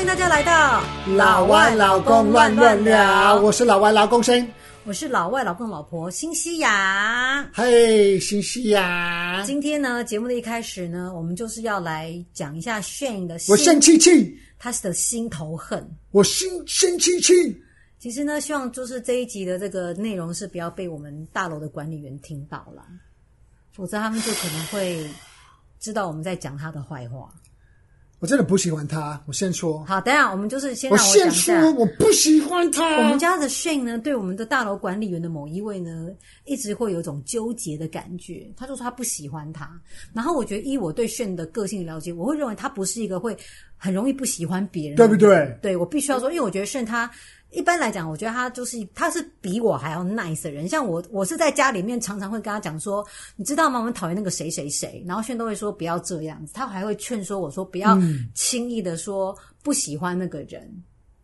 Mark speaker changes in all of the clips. Speaker 1: 迎大家来到
Speaker 2: 老外老公乱乱聊，我是老外老公生。
Speaker 1: 我是老外老公老婆新西亚。
Speaker 2: 嘿，新西亚，
Speaker 1: 今天呢，节目的一开始呢，我们就是要来讲一下 Shane 的
Speaker 2: 我
Speaker 1: 心，
Speaker 2: 生气气，
Speaker 1: 他的心头恨。
Speaker 2: 我心生气气。
Speaker 1: 其实呢，希望就是这一集的这个内容是不要被我们大楼的管理员听到啦，否则他们就可能会知道我们在讲他的坏话。
Speaker 2: 我真的不喜欢他，我先说，
Speaker 1: 好，等一下我们就是先
Speaker 2: 我
Speaker 1: 让我讲
Speaker 2: 先
Speaker 1: 一
Speaker 2: 说
Speaker 1: 下。
Speaker 2: 我不喜欢他。
Speaker 1: 我们家的 Shane 呢，对我们的大楼管理员的某一位呢，一直会有一种纠结的感觉。他就说他不喜欢他，然后我觉得依我对 Shane 的个性了解，我会认为他不是一个会很容易不喜欢别人的
Speaker 2: 对
Speaker 1: 人，
Speaker 2: 不对？
Speaker 1: 对我必须要说，因为我觉得炫他一般来讲，我觉得他就是他是比我还要 nice 的人。像我，我是在家里面常常会跟他讲说，你知道吗？我们讨厌那个谁谁谁，然后炫都会说不要这样子，他还会劝说我说不要轻易的说不喜欢那个人。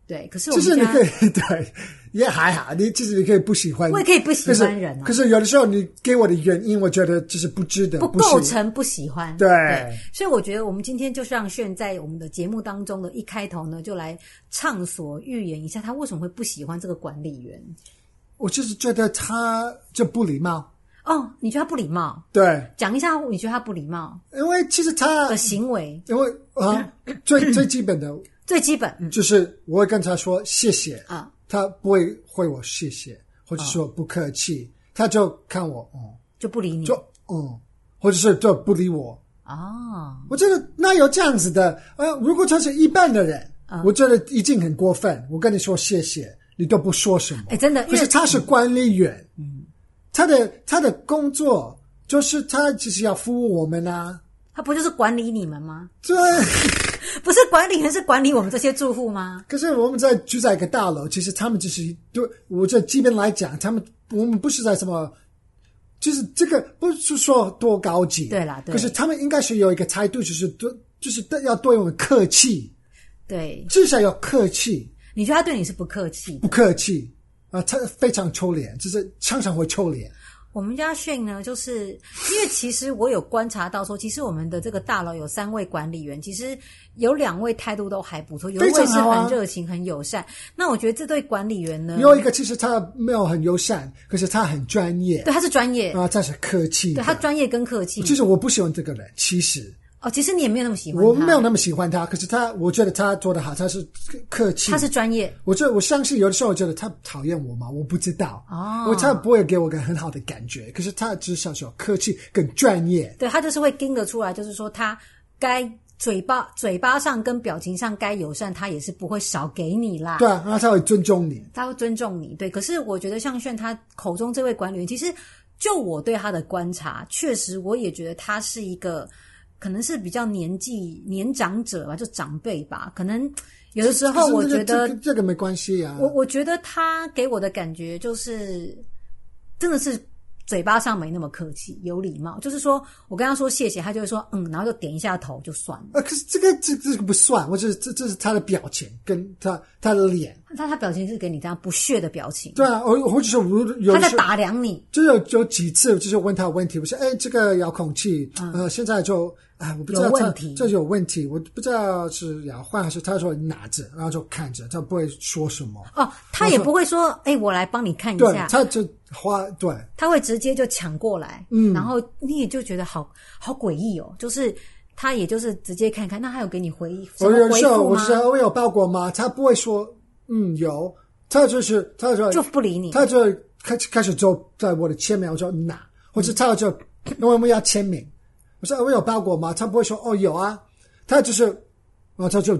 Speaker 1: 对，可是我
Speaker 2: 就
Speaker 1: 们
Speaker 2: 是你
Speaker 1: 家
Speaker 2: 可以对，也还好， 你其实你可以不喜欢，
Speaker 1: 我也可以不喜欢人啊
Speaker 2: 可是可是有的时候你给我的原因，我觉得就是不值得，
Speaker 1: 不
Speaker 2: 不
Speaker 1: 构
Speaker 2: 行
Speaker 1: 成不喜欢。
Speaker 2: 对
Speaker 1: 所以我觉得我们今天就是让炫在我们的节目当中的一开头呢，就来畅所欲言一下，他为什么会不喜欢这个管理员？
Speaker 2: 我就是觉得他就不礼貌。
Speaker 1: 哦，你觉得他不礼貌？
Speaker 2: 对，
Speaker 1: 讲一下，你觉得他不礼貌
Speaker 2: 因为其实他
Speaker 1: 的行为
Speaker 2: 因为啊， 最最基本的
Speaker 1: 最基本，嗯
Speaker 2: 就是我会跟他说谢谢，
Speaker 1: 啊，
Speaker 2: 他不会回我谢谢，或者说不客气，他就看我，嗯，
Speaker 1: 就不理你
Speaker 2: 就嗯，或者是就不理我。
Speaker 1: 哦，
Speaker 2: 我觉得那有这样子的，呃，如果他是一般的人，
Speaker 1: 啊
Speaker 2: 我觉得已经很过分。我跟你说谢谢，你都不说什么。
Speaker 1: 哎，真的，
Speaker 2: 可
Speaker 1: 因
Speaker 2: 是
Speaker 1: 为
Speaker 2: 他是管理员，嗯，他的他的工作就是他就是要服务我们啊，
Speaker 1: 他不就是管理你们吗？
Speaker 2: 对。
Speaker 1: 不是管理员，是管理我们这些住户吗？
Speaker 2: 可是我们在住在一个大楼，其实他们就是对我这基本来讲，他们我们不是在什么，就是这个不是说多高级，
Speaker 1: 对啦对
Speaker 2: 可是他们应该是有一个态度，就是对，就是要对我们客气，
Speaker 1: 对，
Speaker 2: 至少要客气，
Speaker 1: 你觉得他对你是不客气的
Speaker 2: 不？客气啊，他非常臭脸，就是常常会臭脸。
Speaker 1: 我们家训呢，就是因为其实我有观察到说，其实我们的这个大楼有三位管理员，其实有两位态度都还不错，有一位
Speaker 2: 非
Speaker 1: 是
Speaker 2: 常好啊
Speaker 1: 很热情、很友善。那我觉得这对管理员呢，
Speaker 2: 有一个其实他没有很友善，可是他很专业
Speaker 1: 对他是专业，
Speaker 2: 啊，他是客气的，
Speaker 1: 对他专业跟客气。
Speaker 2: 就是我不喜欢这个人，其实。
Speaker 1: 哦，其实你也没有那么喜欢他，
Speaker 2: 我没有那么喜欢他，可是他，我觉得他做得好，他是客气。
Speaker 1: 他是专业。
Speaker 2: 我这我相信有的时候我觉得他讨厌我嘛，我不知道
Speaker 1: 哦
Speaker 2: 我他不会给我个很好的感觉，可是他至少是有客气跟专业，
Speaker 1: 对他就是会盯得出来，就是说他该嘴巴嘴巴上跟表情上该友善，他也是不会少给你啦。
Speaker 2: 对啊，然后他会尊重你，
Speaker 1: 他会尊重你，对。可是我觉得像炫他口中这位管理员，其实就我对他的观察，确实我也觉得他是一个可能是比较年纪年长者吧，就长辈吧，可能有的时候我
Speaker 2: 可是
Speaker 1: 觉
Speaker 2: 这个
Speaker 1: 得
Speaker 2: 这个这个没关系啊，
Speaker 1: 我我觉得他给我的感觉就是，真的是嘴巴上没那么客气，有礼貌。就是说我跟他说谢谢，他就会说嗯，然后就点一下头就算了。
Speaker 2: 啊，可是这个这这个不算，我这这这是他的表情跟他他的脸，
Speaker 1: 但他表情是给你这样不屑的表情，
Speaker 2: 对啊，我或者是如有
Speaker 1: 他
Speaker 2: 的
Speaker 1: 在
Speaker 2: 时候。
Speaker 1: 打量你。
Speaker 2: 就有有几次，就是问他问题，我说：“哎，这个遥控器，呃，现在就啊，我不知道
Speaker 1: 嗯有问
Speaker 2: 它
Speaker 1: 题
Speaker 2: 这有问题，我不知道是要换还是他说拿着，然后就看着，他不会说什么。
Speaker 1: 哦，他也不会说，哎、我来帮你看一
Speaker 2: 对
Speaker 1: 下，，
Speaker 2: 他就花对，
Speaker 1: 他会直接就抢过来，嗯，然后你也就觉得好好诡异哦，就是他也就是直接看看，那他有给你回什
Speaker 2: 我
Speaker 1: 么
Speaker 2: 有
Speaker 1: 回
Speaker 2: 时候
Speaker 1: 复
Speaker 2: 我说
Speaker 1: 吗？
Speaker 2: 我有包裹吗？他不会说嗯有，他就是他说
Speaker 1: 就不理你，
Speaker 2: 他就开始开始走在我的前面，我就拿，或者他就因为我们要签名，我说哎我有包裹吗？他不会说哦有啊，他就是然后他就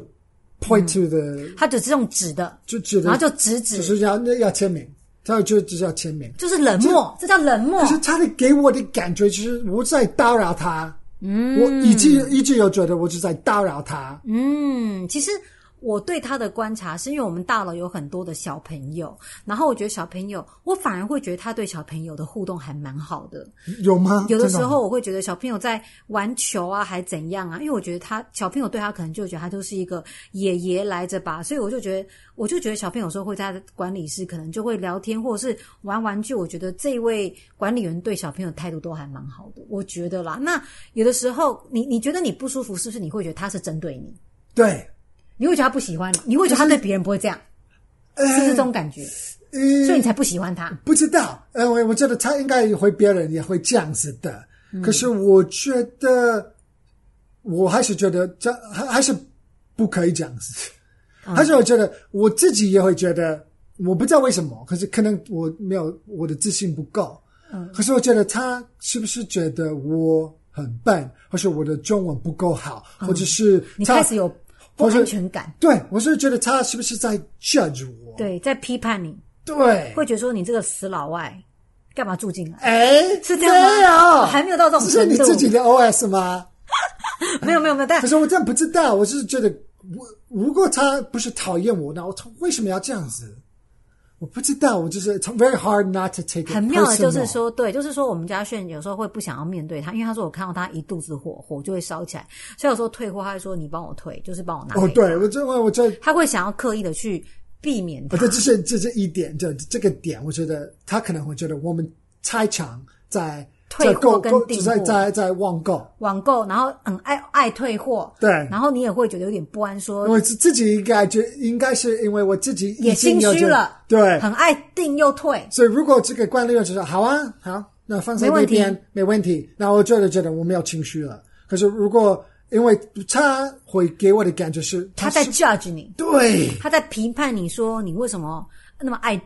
Speaker 2: point to the、
Speaker 1: 他只是用指的，
Speaker 2: 就指
Speaker 1: 嗯然
Speaker 2: 的
Speaker 1: 后就指指，
Speaker 2: 只是要那要签名，他就只是要签名。
Speaker 1: 就是冷漠，这叫冷漠
Speaker 2: 可。是他的给我的感觉就是我在打扰他，嗯，我一直一直有觉得我是在打扰他，
Speaker 1: 嗯，其实我对他的观察是因为我们大楼有很多的小朋友，然后我觉得小朋友，我反而会觉得他对小朋友的互动还蛮好的。
Speaker 2: 有吗？
Speaker 1: 有的时
Speaker 2: 真哦吗
Speaker 1: 候我会觉得小朋友在玩球啊，还怎样啊？因为我觉得他小朋友对他可能就觉得他就是一个爷爷来着吧，所以我就觉得，我就觉得小朋友有时候会在管理室可能就会聊天或者是玩玩具。我觉得这一位管理员对小朋友态度都还蛮好的，我觉得啦。那有的时候你你觉得你不舒服，是不是你会觉得他是针对你？
Speaker 2: 对，
Speaker 1: 你会觉得他不喜欢你，你会觉得他对别人不会这样，是不
Speaker 2: 呃
Speaker 1: 是这种感觉？
Speaker 2: 嗯
Speaker 1: 所以你才不喜欢他。
Speaker 2: 不知道，呃，我我觉得他应该也会别人也会这样子的。
Speaker 1: 嗯
Speaker 2: 可是我觉得，我还是觉得这还还是不可以这样子。
Speaker 1: 嗯
Speaker 2: 还是我觉得我自己也会觉得，我不知道为什么，可是可能我没有我的自信不够。
Speaker 1: 嗯
Speaker 2: 可是我觉得他是不是觉得我很笨，或是我的中文不够好，或者是
Speaker 1: 嗯你
Speaker 2: 他
Speaker 1: 开始有不
Speaker 2: 或是
Speaker 1: 安全感，
Speaker 2: 对我是觉得他是不是在 judge 我？
Speaker 1: 对，在批判你，
Speaker 2: 对，
Speaker 1: 会觉得说你这个死老外，干嘛住进来？
Speaker 2: 哎，
Speaker 1: 是这样吗哦
Speaker 2: 没有，
Speaker 1: 还没有到这种
Speaker 2: 哦这是你
Speaker 1: 程度
Speaker 2: 自己的 OS 吗？
Speaker 1: 没有没有没有，但
Speaker 2: 可是我真不知道，我是觉得，我如果他不是讨厌我，那我他为什么要这样子？我不知道，我就是 it's very hard not to take it
Speaker 1: 很妙的就
Speaker 2: personal
Speaker 1: 是，说，对，就是说我们家炫有时候会不想要面对他，因为他说我看到他一肚子火，火就会烧起来，所以有时候退货他会说你帮我退，就是帮我拿给
Speaker 2: 哦，
Speaker 1: 他
Speaker 2: 对我这我我这
Speaker 1: 他会想要刻意的去避免他
Speaker 2: 我这这是这是一点，这这个点，我觉得他可能会觉得我们拆墙在
Speaker 1: 退
Speaker 2: 在
Speaker 1: 货
Speaker 2: 购
Speaker 1: 跟
Speaker 2: 购
Speaker 1: 订
Speaker 2: 只在
Speaker 1: 货
Speaker 2: 在在网购，
Speaker 1: 网购，然后很爱爱退货，
Speaker 2: 对
Speaker 1: 然后你也会觉得有点不安，说
Speaker 2: 我自自己应该觉应该是因为我自己
Speaker 1: 也
Speaker 2: 已经
Speaker 1: 心
Speaker 2: 有
Speaker 1: 虚
Speaker 2: 这
Speaker 1: 了，
Speaker 2: 对，
Speaker 1: 很爱订又退，
Speaker 2: 所以如果这个惯例就是好啊，好，那放在
Speaker 1: 没
Speaker 2: 那
Speaker 1: 问题
Speaker 2: 边没问题，那我就觉得我没有情绪了。可是如果因为他会给我的感觉是
Speaker 1: 他在
Speaker 2: 是
Speaker 1: judge 你，
Speaker 2: 对
Speaker 1: 他在评判你说你为什么那么爱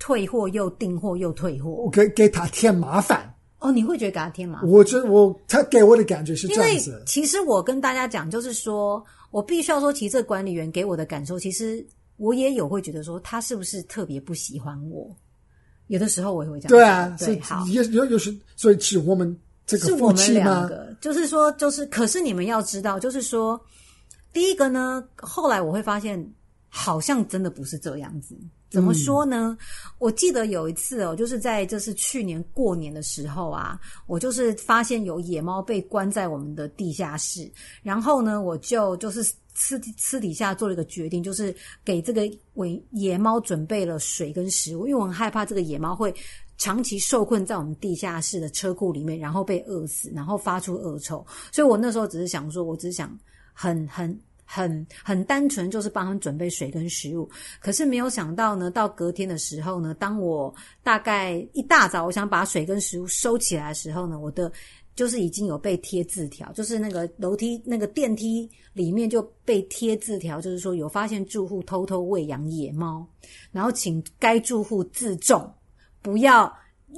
Speaker 1: 退货又订货又退货，
Speaker 2: 我给给他添麻烦，
Speaker 1: 哦，你会觉得给他添麻烦。
Speaker 2: 我觉我他给我的感觉是
Speaker 1: 因
Speaker 2: 这
Speaker 1: 为
Speaker 2: 样子，
Speaker 1: 其实我跟大家讲，就是说我必须要说，其实这个管理员给我的感受，其实我也有会觉得说，他是不是特别不喜欢我？有的时候我也会这样想。
Speaker 2: 对啊，
Speaker 1: 对
Speaker 2: 是，
Speaker 1: 好，
Speaker 2: 也有有时所以是我们这
Speaker 1: 是
Speaker 2: 个
Speaker 1: 我
Speaker 2: 夫
Speaker 1: 们
Speaker 2: 妻
Speaker 1: 两
Speaker 2: 吗？
Speaker 1: 个，就是说，就是，可是你们要知道，就是说，第一个呢，后来我会发现，好像真的不是这样子。怎
Speaker 2: 嗯
Speaker 1: 么说呢？我记得有一次哦，就是在就是去年过年的时候啊，我就是发现有野猫被关在我们的地下室，然后呢，我就就是私底私底下做了一个决定，就是给这个尾野猫准备了水跟食物，因为我很害怕这个野猫会长期受困在我们地下室的车库里面，然后被饿死，然后发出恶臭。所以我那时候只是想说，我只是想很很。很很单纯，就是帮他们准备水跟食物。可是没有想到呢，到隔天的时候呢，当我大概一大早，我想把水跟食物收起来的时候呢，我的就是已经有被贴字条，就是那个楼梯那个电梯里面就被贴字条，就是说有发现住户偷偷喂养野猫，然后请该住户自重，不要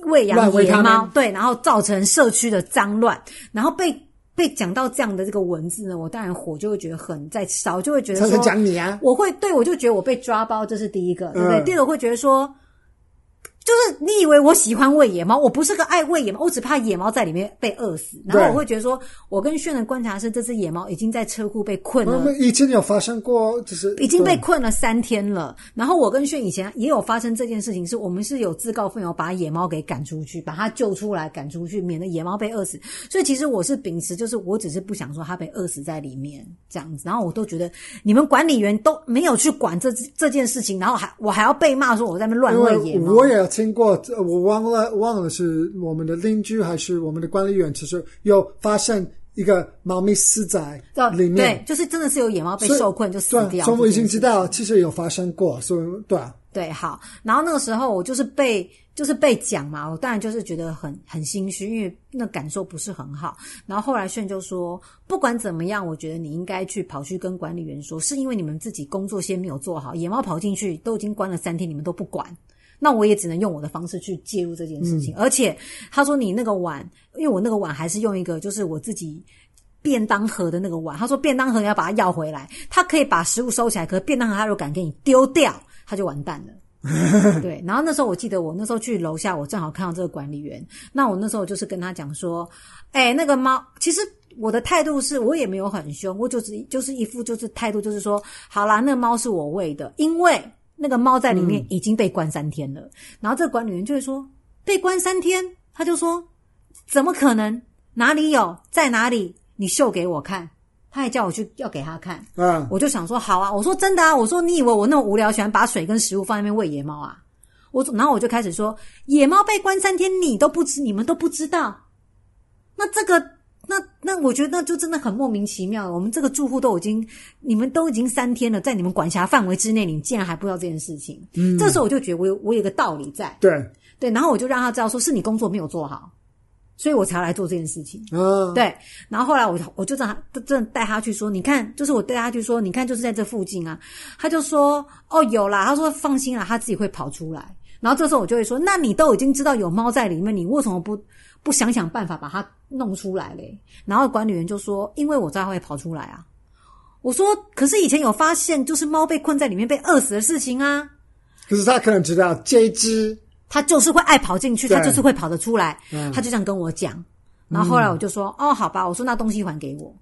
Speaker 1: 喂养
Speaker 2: 乱喂
Speaker 1: 野
Speaker 2: 它们
Speaker 1: 猫，对，然后造成社区的脏乱，然后被。被讲到这样的这个文字呢，我当然火就会觉得很在烧，就会觉得
Speaker 2: 他
Speaker 1: 说
Speaker 2: 在讲你啊，
Speaker 1: 我会对我就觉得我被抓包，这是第一个，对不对？
Speaker 2: 嗯
Speaker 1: 第二个我会觉得说，就是你以为我喜欢喂野猫，我不是个爱喂野猫，我只怕野猫在里面被饿死。然后
Speaker 2: 对
Speaker 1: 我会觉得说，我跟炫的观察是，这只野猫已经在车库被困
Speaker 2: 我
Speaker 1: 了。
Speaker 2: 们以前有发生过，就是
Speaker 1: 已经被
Speaker 2: 对
Speaker 1: 困了三天了，然后我跟炫以前也有发生这件事情，是我们是有自告奋勇把野猫给赶出去，把它救出来赶出去，免得野猫被饿死。所以其实我是秉持，就是我只是不想说它被饿死在里面这样子，然后我都觉得你们管理员都没有去管这这件事情，然后还我还要被骂说我在那边乱
Speaker 2: 因
Speaker 1: 喂野
Speaker 2: 为
Speaker 1: 猫，
Speaker 2: 我也有听过，呃我忘了忘了是我们的邻居还是我们的管理员，其实有发现一个猫咪死在
Speaker 1: 对
Speaker 2: 里面
Speaker 1: 哦对，，就是真的是有野猫被
Speaker 2: 所以
Speaker 1: 受困就死
Speaker 2: 对
Speaker 1: 掉，
Speaker 2: 所以我已
Speaker 1: 这
Speaker 2: 经
Speaker 1: 件事
Speaker 2: 知道，其实有发生过，所以对啊，
Speaker 1: 对，好，然后那个时候我就是被就是被讲嘛，我当然就是觉得很很心虚，因为那感受不是很好。然后后来炫就说，不管怎么样，我觉得你应该去跑去跟管理员说，是因为你们自己工作先没有做好，野猫跑进去都已经关了三天，你们都不管。那我也只能用我的方式去介入这件事情，而且他说你那个碗，因为我那个碗还是用一个就是我自己便当盒的那个碗，他说便当盒你要把它要回来，他可以把食物收起来，可是便当盒他如果敢给你丢掉，他就完蛋了。 对，然后那时候我记得我那时候去楼下，我正好看到这个管理员，那我那时候就是跟他讲说，哎、那个猫，其实我的态度是我也没有很凶，我就只就是一副就是态度就是说，好啦，那个猫是我喂的，因为那个猫在里面已经被关三天了，然后这个管理员就会说被关三天，他就说怎么可能？哪里有？在哪里？你秀给我看。他还叫我去要给他看，
Speaker 2: 啊，
Speaker 1: 我就想说好啊，我说真的啊，我说你以为我那么无聊，喜欢把水跟食物放在那边喂野猫啊？我然后我就开始说，野猫被关三天，你都不知，你们都不知道，那这个那那那我觉得那就真的很莫名其妙了。我们这个住户都已经，你们都已经三天了，在你们管辖范围之内，你竟然还不知道这件事情。嗯，这时候我就觉得我有我有一个道理在，
Speaker 2: 对，
Speaker 1: 对，然后我就让他知道说是你工作没有做好，所以我才来做这件事情。
Speaker 2: 嗯，
Speaker 1: 对，然后后来我我就让他真的带他去说，你看，就是我带他去说，你看，就是在这附近啊。他就说，哦，有啦。他说放心啦，他自己会跑出来。然后这时候我就会说，那你都已经知道有猫在里面，你为什么不不想想办法把它弄出来嘞？然后管理员就说，因为我知道它会跑出来啊。我说，可是以前有发现就是猫被困在里面被饿死的事情啊。
Speaker 2: 可是他可能知道这一只，
Speaker 1: 他就是会爱跑进去，
Speaker 2: 对
Speaker 1: 他就是会跑得出来。他就这样跟我讲，然后后来我就说，哦，好吧，我说那东西还给我。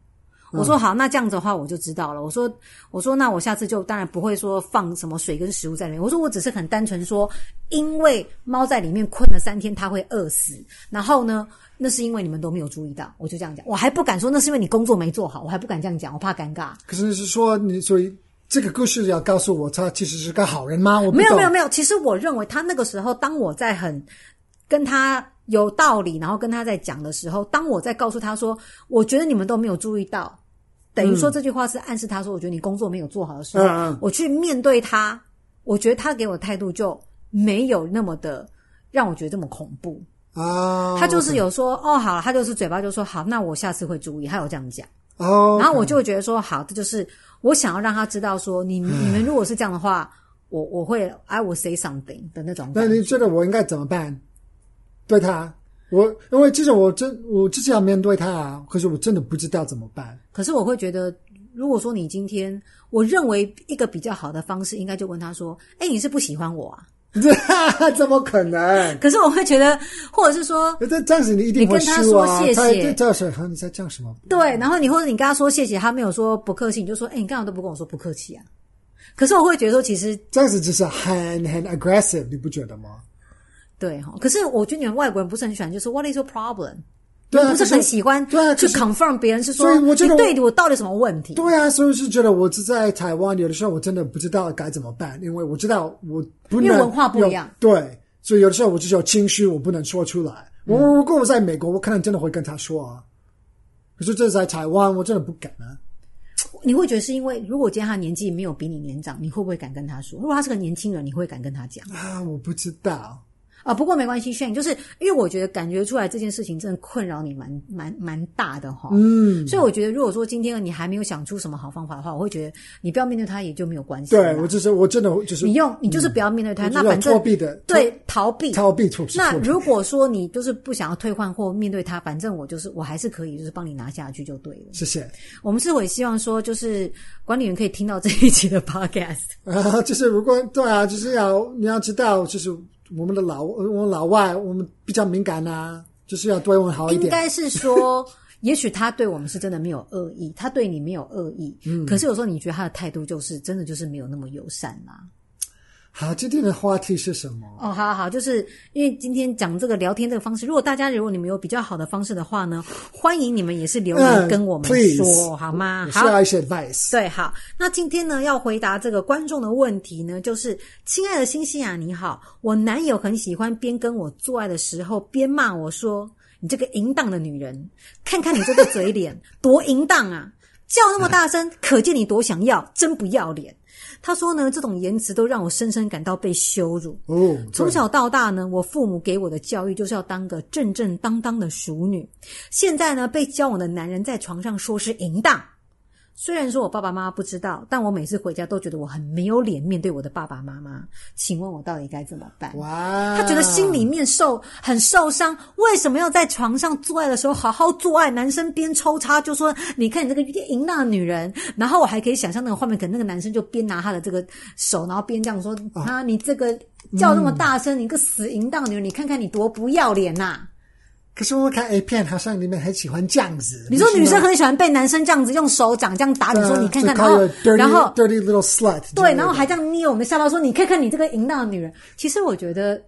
Speaker 1: 我说好，那这样子的话我就知道了。我说，我说那我下次就当然不会说放什么水跟食物在里面。我说我只是很单纯说，因为猫在里面困了三天，它会饿死。然后呢，那是因为你们都没有注意到，我就这样讲。我还不敢说那是因为你工作没做好，我还不敢这样讲，我怕尴尬。
Speaker 2: 可是你是说你所以这个故事要告诉我，他其实是个好人吗？我不
Speaker 1: 没有
Speaker 2: 懂
Speaker 1: 没有没有，其实我认为他那个时候，当我在很跟他有道理，然后跟他在讲的时候，当我在告诉他说，我觉得你们都没有注意到，等于说这句话是暗示他说，我觉得你工作没有做好的时候，
Speaker 2: 嗯嗯
Speaker 1: 我去面对他，我觉得他给我态度就没有那么的让我觉得这么恐怖。
Speaker 2: 啊，
Speaker 1: 他就是有说哦，好了，他就是嘴巴就说好，那我下次会注意。他有这样讲。
Speaker 2: 哦，
Speaker 1: 然后我就会觉得说，好，这就是我想要让他知道说，你你们如果是这样的话，我我会 I will say something 的那种
Speaker 2: 那
Speaker 1: 感觉。
Speaker 2: 你觉得我应该怎么办？对他，我因为其实我真我自己要面对他啊，可是我真的不知道怎么办。
Speaker 1: 可是我会觉得，如果说你今天，我认为一个比较好的方式，应该就问他说，哎，你是不喜欢我啊？
Speaker 2: 怎么可能？
Speaker 1: 可是我会觉得，或者是说。
Speaker 2: 这这样子你一定会输啊！
Speaker 1: 你跟他说谢谢
Speaker 2: 他这时候你在讲什么？
Speaker 1: 对，然后你或者你跟他说谢谢，他没有说不客气，你就说，哎，你干嘛都不跟我说不客气啊？可是我会觉得说，其实
Speaker 2: 这样子就是很很 aggressive，你不觉得吗？
Speaker 1: 对哈，可是我觉得你们外国人不是很喜欢，就是 What is your problem？
Speaker 2: 对啊，
Speaker 1: 不是
Speaker 2: 可
Speaker 1: 很喜欢
Speaker 2: 对啊，
Speaker 1: 去
Speaker 2: 可是
Speaker 1: confirm 别人是说，
Speaker 2: 所以我觉得
Speaker 1: 你对
Speaker 2: 我
Speaker 1: 我到底有什么问题？
Speaker 2: 对啊，所以是觉得我是在台湾，有的时候我真的不知道该怎么办，因为我知道我不能
Speaker 1: 因为文化不一样
Speaker 2: 有对，所以有的时候我就是有情绪，我不能说出来。
Speaker 1: 嗯
Speaker 2: 我如果我在美国，我可能真的会跟他说啊，可是这在台湾，我真的不敢啊。
Speaker 1: 你会觉得是因为，如果今天他年纪没有比你年长，你会不会敢跟他说？如果他是个年轻人，你会敢跟他讲
Speaker 2: 啊，我不知道，
Speaker 1: 啊？不过没关系，炫，就是因为我觉得感觉出来这件事情真的困扰你蛮蛮蛮大的哈。
Speaker 2: 嗯，
Speaker 1: 所以我觉得，如果说今天你还没有想出什么好方法的话，我会觉得你不要面对他也就没有关系啦。
Speaker 2: 对我就是我真的就是
Speaker 1: 啊你用你就是不要面对他，
Speaker 2: 我就
Speaker 1: 那
Speaker 2: 要
Speaker 1: 反正
Speaker 2: 作弊的
Speaker 1: 对逃避
Speaker 2: 逃避措施。
Speaker 1: 那如果说你就是不想要退换或面对他，反正我就是我还是可以，就是帮你拿下去就对了。
Speaker 2: 谢谢
Speaker 1: 我们是会希望说，就是管理员可以听到这一集的 podcast。
Speaker 2: 啊，就是如果对啊，就是要你要知道，就是我们的老我们老外，我们比较敏感啊，就是要对我们好一
Speaker 1: 应
Speaker 2: 点。
Speaker 1: 该是说，也许他对我们是真的没有恶意，他对你没有恶意，
Speaker 2: 嗯
Speaker 1: 可是有时候你觉得他的态度就是真的就是没有那么友善啦、
Speaker 2: 好，今天的话题是什么？
Speaker 1: 哦，好好好，就是因为今天讲这个聊天这个方式，如果大家如果你们有比较好的方式的话呢，欢迎你们也是留言
Speaker 2: 嗯
Speaker 1: 跟我们说、
Speaker 2: please
Speaker 1: 好吗？好
Speaker 2: 是，要一些 advice。
Speaker 1: 对，好，那今天呢要回答这个观众的问题呢，就是亲爱的星西亚，你好，我男友很喜欢边跟我做爱的时候边骂我说：“你这个淫荡的女人，看看你这个嘴脸多淫荡啊！” 叫那么大声，可见你多想要，真不要脸。他说呢，这种言辞都让我深深感到被羞辱。
Speaker 2: 哦，
Speaker 1: 从小到大呢，我父母给我的教育就是要当个正正当当的淑女。现在呢，被交往的男人在床上说是淫荡。虽然说我爸爸妈妈不知道，但我每次回家都觉得我很没有脸面对我的爸爸妈妈。请问我到底该怎么办
Speaker 2: 对，？哇，
Speaker 1: 他觉得心里
Speaker 2: 啊
Speaker 1: 面受很受伤，为什么要在床上做爱的时候好好做爱？男生边抽插就说：“你看你这个淫荡的女人。”然后我还可以想象那个画面，可能那个男生就边拿他的这个手，然后边这样说：“啊，你这个叫那
Speaker 2: 嗯
Speaker 1: 么大声，你个死淫荡女人，你看看你多不要脸呐、
Speaker 2: 可是我看 A 片，好像里面很喜欢这样子。
Speaker 1: 你说女生很喜欢被男生这样子用手掌这样打，你说
Speaker 2: 呃
Speaker 1: 你看看，然后然后
Speaker 2: dirty little slut，
Speaker 1: 对，然后还这样捏我们的下巴，说：“你看看你这个淫荡的女人。”其实我觉得，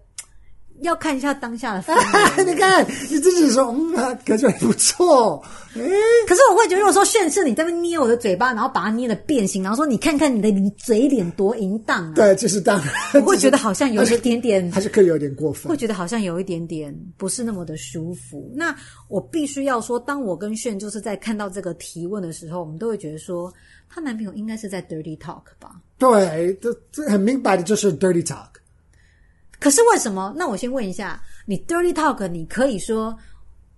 Speaker 1: 要看一下当下的氛围。
Speaker 2: 你看你自己说，嗯，啊感觉还不错，
Speaker 1: 嗯
Speaker 2: 哎，
Speaker 1: 可是我会觉得，如果说炫是你在那边捏我的嘴巴，然后把它捏的变形，然后说你看看你的嘴脸多淫荡啊，
Speaker 2: 对，这是嗯当然，
Speaker 1: 我会觉得好像有一点点
Speaker 2: 还是可以有点过分
Speaker 1: 会。觉得好像有一点点不是那么的舒服。那我必须要说，当我跟炫就是在看到这个提问的时候，我们都会觉得说，她男朋友应该是在 dirty talk 吧？
Speaker 2: 对，这这很明白的就是 dirty talk。
Speaker 1: 可是为什么？那我先问一下，你 dirty talk，你可以说，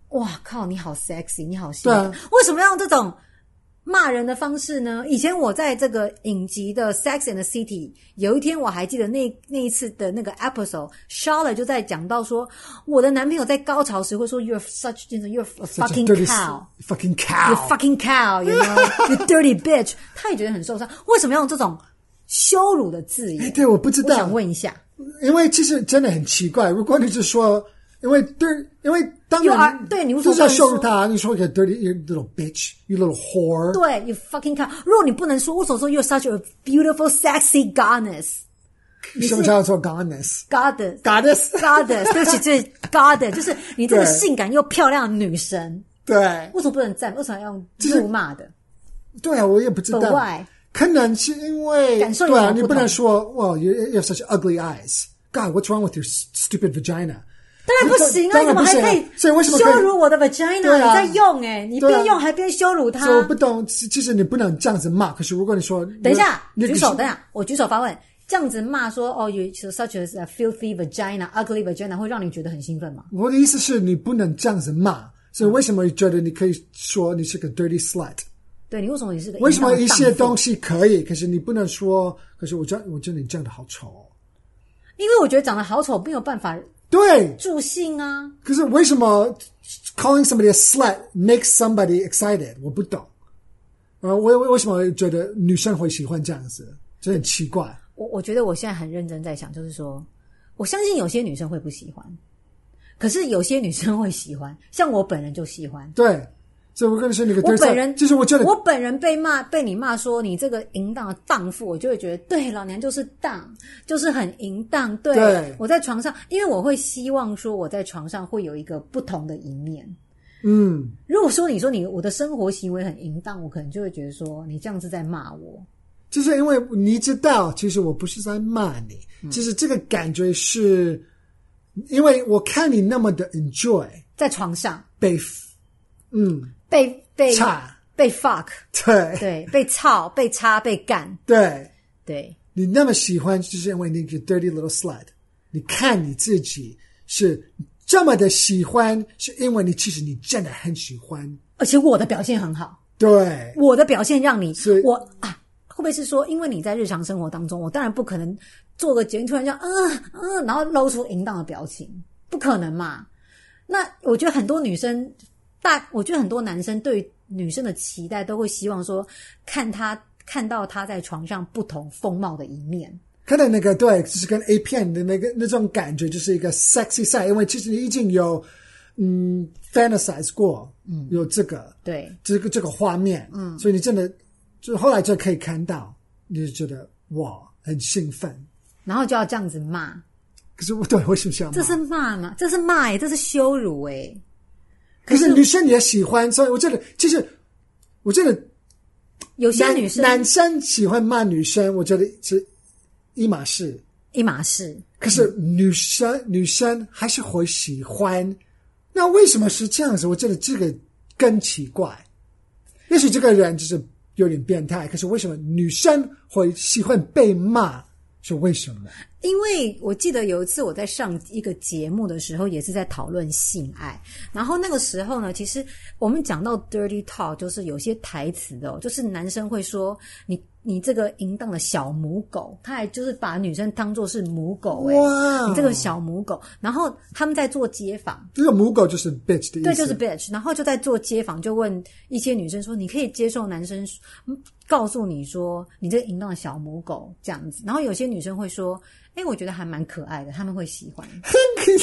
Speaker 1: 哇靠，你好 sexy，你好性感
Speaker 2: 对啊，
Speaker 1: 为什么要用这种？骂人的方式呢？以前我在这个影集的《Sex and the City》，有一天我还记得那那一次的那个 episode，Charlotte 就在讲到说，我的男朋友在高潮时会说 “You're such you're a
Speaker 2: Such a
Speaker 1: fucking
Speaker 2: dirty
Speaker 1: cow”。
Speaker 2: fucking
Speaker 1: You
Speaker 2: cow。
Speaker 1: fucking cow, you know, you dirty bitch。他也觉得很受伤，为什么要用这种羞辱的字眼？
Speaker 2: 哎对，我不知
Speaker 1: 我
Speaker 2: 道
Speaker 1: 想，问一下
Speaker 2: 因为其实真的很奇怪。如果你是说，因为对，因为当
Speaker 1: You are-
Speaker 2: 然
Speaker 1: 对你无所
Speaker 2: 就
Speaker 1: 不能
Speaker 2: 是要羞辱
Speaker 1: 说
Speaker 2: 他，你说 you dirty you little bitch, you little whore。
Speaker 1: 对，you fucking cow。如果你不能说，我所说 you're such a beautiful, sexy goddess,
Speaker 2: 什么叫做 goddess？
Speaker 1: goddess,
Speaker 2: goddess
Speaker 1: goddess。对不起，就是 goddess，就是你这个
Speaker 2: 对
Speaker 1: 性感又漂亮的女神，
Speaker 2: 对
Speaker 1: 为什么不能赞？为什么要用
Speaker 2: 是
Speaker 1: 辱骂的？
Speaker 2: 对啊，我也不知
Speaker 1: But
Speaker 2: 道
Speaker 1: why？，
Speaker 2: 可能是因为
Speaker 1: 感受有
Speaker 2: 对
Speaker 1: 点
Speaker 2: 啊，
Speaker 1: 不
Speaker 2: 你
Speaker 1: 同
Speaker 2: 不能说 well you you have such ugly eyes. God, what's wrong with your stupid vagina？
Speaker 1: 当然不行啊！
Speaker 2: 当
Speaker 1: 你怎
Speaker 2: 然
Speaker 1: 么
Speaker 2: 不
Speaker 1: 还
Speaker 2: 行啊
Speaker 1: 可以
Speaker 2: 所以为什么可以
Speaker 1: 羞辱我的 vagina？
Speaker 2: 对啊
Speaker 1: 你在用哎，你
Speaker 2: 对啊
Speaker 1: 边用还边羞辱它。
Speaker 2: 所以我不懂，其其实你不能这样子骂。可是如果你说，
Speaker 1: 等一下，
Speaker 2: 你
Speaker 1: 举手，等一下，我举手发问。这样子骂说哦，you such as a filthy vagina, ugly vagina，会让你觉得很兴奋吗？
Speaker 2: 我的意思是你不能这样子骂。所以为什么你觉得你可以说你是个 dirty slut？
Speaker 1: 对你为什么也是个
Speaker 2: 为什么一些
Speaker 1: 都？
Speaker 2: 东西可以，可是你不能说？可是我觉得我觉得你这样的好丑、哦。
Speaker 1: 因为我觉得长得好丑没有办法
Speaker 2: 对，
Speaker 1: 助兴啊。
Speaker 2: 可是为什么 calling somebody a slut makes somebody excited？我不懂。呃，我我为什么觉得女生会喜欢这样子？这很奇怪。
Speaker 1: 我我觉得我现在很认真在想，就是说，我相信有些女生会不喜欢，可是有些女生会喜欢，像我本人就喜欢。
Speaker 2: 对，所以我跟你说，那个
Speaker 1: 我
Speaker 2: dirty
Speaker 1: 本
Speaker 2: slut，
Speaker 1: 人
Speaker 2: 就是我觉得
Speaker 1: 我本人被骂被你骂说你这个淫荡的荡妇，我就会觉得对，老娘就是荡，就是很淫荡。对
Speaker 2: 对
Speaker 1: 我在床上，因为我会希望说我在床上会有一个不同的一面。
Speaker 2: 嗯，
Speaker 1: 如果说你说你我的生活行为很淫荡，我可能就会觉得说你这样子在骂我。
Speaker 2: 就是因为你知道，其实我不是在骂你，其实这个感觉是，因为我看你那么的 enjoy
Speaker 1: 在床上
Speaker 2: 被，嗯，
Speaker 1: 被被
Speaker 2: 差，
Speaker 1: 被 fuck，
Speaker 2: 对
Speaker 1: 对， 被操、被插、被干，
Speaker 2: 对，
Speaker 1: 对，
Speaker 2: 你那么喜欢，就是因为那个 dirty little slut，你看你自己是这么的喜欢，是因为你其实你真的很喜欢，
Speaker 1: 而且我的表现很好。
Speaker 2: 对
Speaker 1: 我的表现让你
Speaker 2: 是
Speaker 1: 我啊，会不会是说，因为你在日常生活当中，我当然不可能做个决定，突然这样，嗯嗯，然后露出淫荡的表情，不可能嘛？那我觉得很多女生，大我觉得很多男生对女生的期待都会希望说，看她看到她在床上不同风貌的一面。
Speaker 2: 看到那个对，就是跟 A 片的那个那种感觉，就是一个 sexy side，因为其实你已经有嗯 fantasize 过，嗯，有这个
Speaker 1: 对，
Speaker 2: 这个这个画面，嗯，所以你真的就后来就可以看到，你就觉得哇很兴奋。
Speaker 1: 然后就要这样子骂，
Speaker 2: 可是我对为什么想骂？
Speaker 1: 这是骂嘛？这是骂欸诶、这是羞辱欸诶、
Speaker 2: 可是女生也喜欢，所以我觉得其实我觉得
Speaker 1: 有些
Speaker 2: 男
Speaker 1: 女生
Speaker 2: 男生喜欢骂女生，我觉得是一码事。
Speaker 1: 一码事，
Speaker 2: 可是女生、女生还是会喜欢，那为什么是这样子？我觉得这个更奇怪。也许这个人就是有点变态，可是为什么女生会喜欢被骂？是为什么？
Speaker 1: 因为我记得有一次我在上一个节目的时候，也是在讨论性爱。然后那个时候呢，其实我们讲到 dirty talk，就是有些台词的、哦，就是男生会说你你这个淫荡的小母狗，他还就是把女生当做是母狗哎、
Speaker 2: 哇
Speaker 1: 你这个小母狗。然后他们在做街访，
Speaker 2: 这个母狗就是 bitch 的意思，，
Speaker 1: 对，就是 bitch。然后就在做街访，就问一些女生说：“你可以接受男生嗯告诉你说你这个淫荡的小母狗这样子？”然后有些女生会说：“哎，我觉得还蛮可爱的，他们会喜欢。对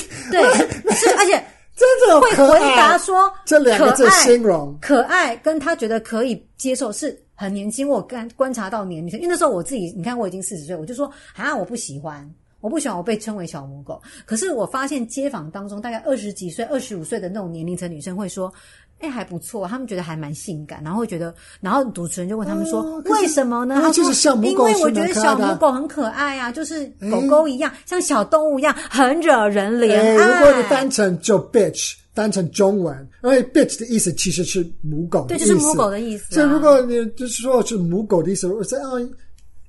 Speaker 1: 是而且
Speaker 2: 真的
Speaker 1: 会
Speaker 2: 可
Speaker 1: 回
Speaker 2: 爱
Speaker 1: 答说
Speaker 2: 这两个字
Speaker 1: 可爱
Speaker 2: 形容
Speaker 1: 可爱跟他觉得可以接受是很年轻。我观观察到年龄，因为那时候我自己，你看我已经四十岁，我就说啊，我不喜欢。我不喜欢我被称为小母狗。可是我发现街坊当中大概二十几岁、二十五岁的那种年龄层女生会说。哎、还不错，他们觉得还蛮性感，然后会觉得，然后主持人就问他们说，
Speaker 2: 哦可是
Speaker 1: 为什么呢？
Speaker 2: 那
Speaker 1: 他
Speaker 2: 就是
Speaker 1: 说
Speaker 2: 小母
Speaker 1: 因
Speaker 2: 狗
Speaker 1: 为
Speaker 2: 是
Speaker 1: 我觉
Speaker 2: 蛮
Speaker 1: 得
Speaker 2: 可爱
Speaker 1: 小
Speaker 2: 的
Speaker 1: 母狗很可爱啊，就是狗狗一样，像小动物一样，很惹人啊怜爱。
Speaker 2: 哎，如果你单成就 bitch，单成中文，因为 bitch 的意思其实是母狗
Speaker 1: 对，
Speaker 2: 的意
Speaker 1: 就
Speaker 2: 思，
Speaker 1: 是母狗的意思、啊。
Speaker 2: 所以如果你就是说是母狗的意思，我说啊、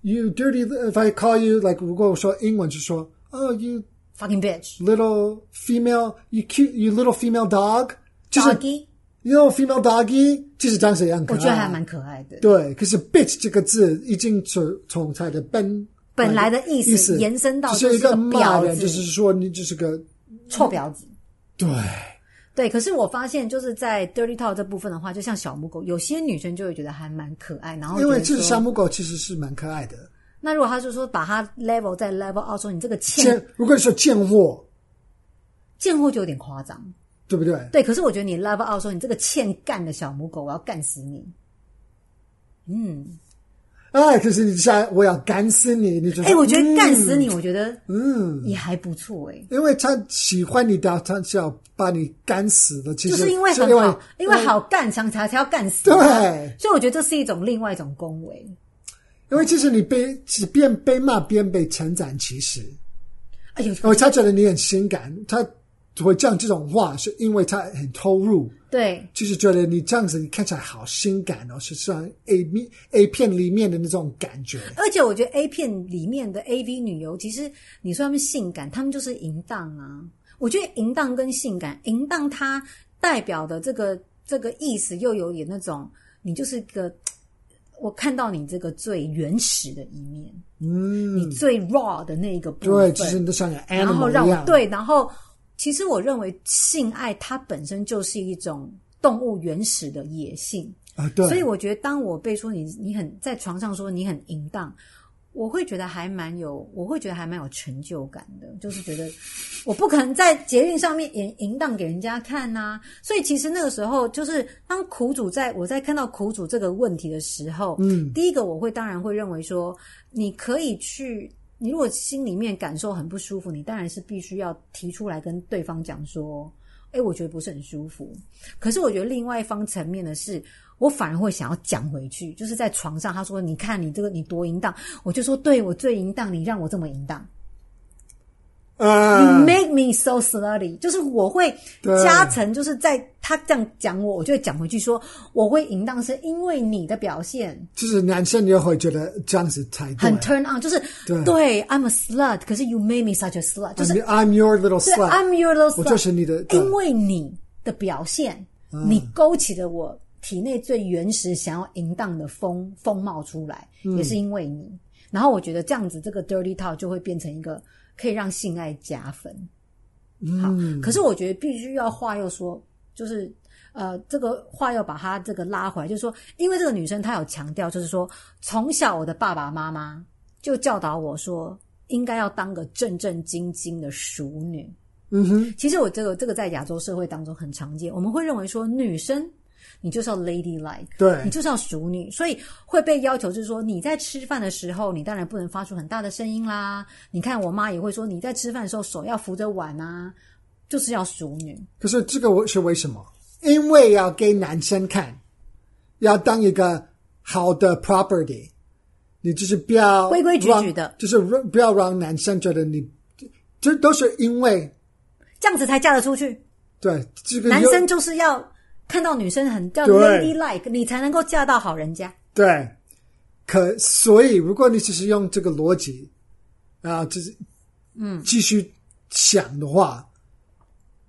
Speaker 2: y o u dirty if I call you like，如果我说英文就说哦、you
Speaker 1: fucking bitch
Speaker 2: little female，you cute you little female dog，就是
Speaker 1: doggy，
Speaker 2: you little female doggy，就是长怎样可
Speaker 1: 哦我
Speaker 2: 爱，
Speaker 1: 觉得还蛮可爱的。
Speaker 2: 对。可是 bitch 这个字已经从从它的本
Speaker 1: 本来的意思
Speaker 2: 意思
Speaker 1: 延伸到
Speaker 2: 就是一
Speaker 1: 就是
Speaker 2: 个
Speaker 1: 个
Speaker 2: 骂
Speaker 1: 婊
Speaker 2: 人，
Speaker 1: 子
Speaker 2: 就是说你就是个
Speaker 1: 臭婊子。
Speaker 2: 对。
Speaker 1: 对，可是我发现就是在 dirty talk 这部分的话，就像小母狗，有些女生就会觉得还蛮可爱，然后
Speaker 2: 因为
Speaker 1: 觉得
Speaker 2: 这只
Speaker 1: 哦说
Speaker 2: 小母狗其实是蛮可爱的。
Speaker 1: 那如果他就说把它 level 再 level out，说你这个
Speaker 2: 贱
Speaker 1: 贱，
Speaker 2: 如果你说贱货，
Speaker 1: 贱货就有点夸张。
Speaker 2: 对不对？
Speaker 1: 对，可是我觉得你 level out 说你这个欠干的小母狗，我要干死你。
Speaker 2: 哎，可是你下我要干死你，你就
Speaker 1: 哎、我觉得干死
Speaker 2: 你，
Speaker 1: 你，我觉得
Speaker 2: 嗯，
Speaker 1: 也还不错哎、
Speaker 2: 因为他喜欢你到他是要把你干死的，其
Speaker 1: 就
Speaker 2: 实
Speaker 1: 是因为很好，因为好干，想才才要干死。
Speaker 2: 嗯
Speaker 1: 啊
Speaker 2: 对
Speaker 1: 所以我觉得这是一种另外一种恭维。
Speaker 2: 因为其实你被是边被骂边被称赞，其实，
Speaker 1: 哎呦，
Speaker 2: 因为他觉得你很性感，他会讲这种话，是因为他很投入。
Speaker 1: 对，
Speaker 2: 就是觉得你这样子，你看起来好性感哦，是像 A 面 A 片里面的那种感觉。
Speaker 1: 而且我觉得 A 片里面的 AV 女优，其实你说她们性感，她们就是淫荡啊。我觉得淫荡跟性感，淫荡它代表的这个这个意思，又有点那种你就是个，我看到你这个最原始的一面，
Speaker 2: 嗯，
Speaker 1: 你最 raw 的那一个部
Speaker 2: 对，
Speaker 1: 分，
Speaker 2: 就是你都像个 animal 一
Speaker 1: 嗯
Speaker 2: 样。
Speaker 1: 然后让我对，然后其实我认为性爱它本身就是一种动物原始的野性，
Speaker 2: 啊，对，
Speaker 1: 所以我觉得，当我被说你你很在床上说你很淫荡，我会觉得还蛮有，我会觉得还蛮有成就感的，就是觉得 我不可能在捷运上面淫淫荡给人家看呐、所以其实那个时候，就是当苦主在我在看到苦主这个问题的时候，嗯，第一个我会当然会认为说，你可以去。你如果心里面感受很不舒服，你当然是必须要提出来跟对方讲说，哎，我觉得不是很舒服。可是我觉得另外一方层面的是，我反而会想要讲回去，就是在床上，他说：“你看你这个你多淫荡。”我就说：“对我最淫荡，你让我这么淫荡。
Speaker 2: 啊
Speaker 1: You make me so slutty。”就是我会
Speaker 2: 对
Speaker 1: 加成，就是在他这样讲我，我就会讲回去说：“我会淫荡是因为你的表现
Speaker 2: 就是男生也会觉得这样子才对。啊
Speaker 1: 很 turn on，就是
Speaker 2: 对
Speaker 1: 对 I'm a slut，可是 you made me such a slut，就是
Speaker 2: I'm your little
Speaker 1: 对
Speaker 2: slut，
Speaker 1: I'm your little slut，
Speaker 2: 我就是你的对嗯
Speaker 1: 因为你的表现，你勾起了我体内最原始想要淫荡的风风貌出来，也是因为你。然后我觉得这样子，这个 dirty talk 就会变成一个可以让性爱加分。
Speaker 2: 嗯
Speaker 1: 好，可是我觉得必须要话又说，就是呃，这个话要把它这个拉回来，就是说，因为这个女生她有强调，就是说，从小我的爸爸妈妈就教导我说，应该要当个正正经经的淑女。
Speaker 2: 嗯哼，
Speaker 1: 其实我这个这个在亚洲社会当中很常见，我们会认为说女生你就是要 lady like，
Speaker 2: 对
Speaker 1: 你就是要淑女，所以会被要求就是说你在吃饭的时候，你当然不能发出很大的声音啦。你看我妈也会说你在吃饭的时候手要扶着碗啊，就是要淑女。
Speaker 2: 可是这个我是为什么？因为要给男生看，要当一个好的 property，你就是不要
Speaker 1: 规规矩矩的
Speaker 2: 让就是不要让男生觉得你，这都是因为
Speaker 1: 这样子才嫁得出去。
Speaker 2: 对这个
Speaker 1: 男
Speaker 2: 有
Speaker 1: 生就是要看到女生很叫
Speaker 2: 对
Speaker 1: lady like，你才能够嫁到好人家。
Speaker 2: 对，可所以如果你只是用这个逻辑啊，就是嗯继续想的话，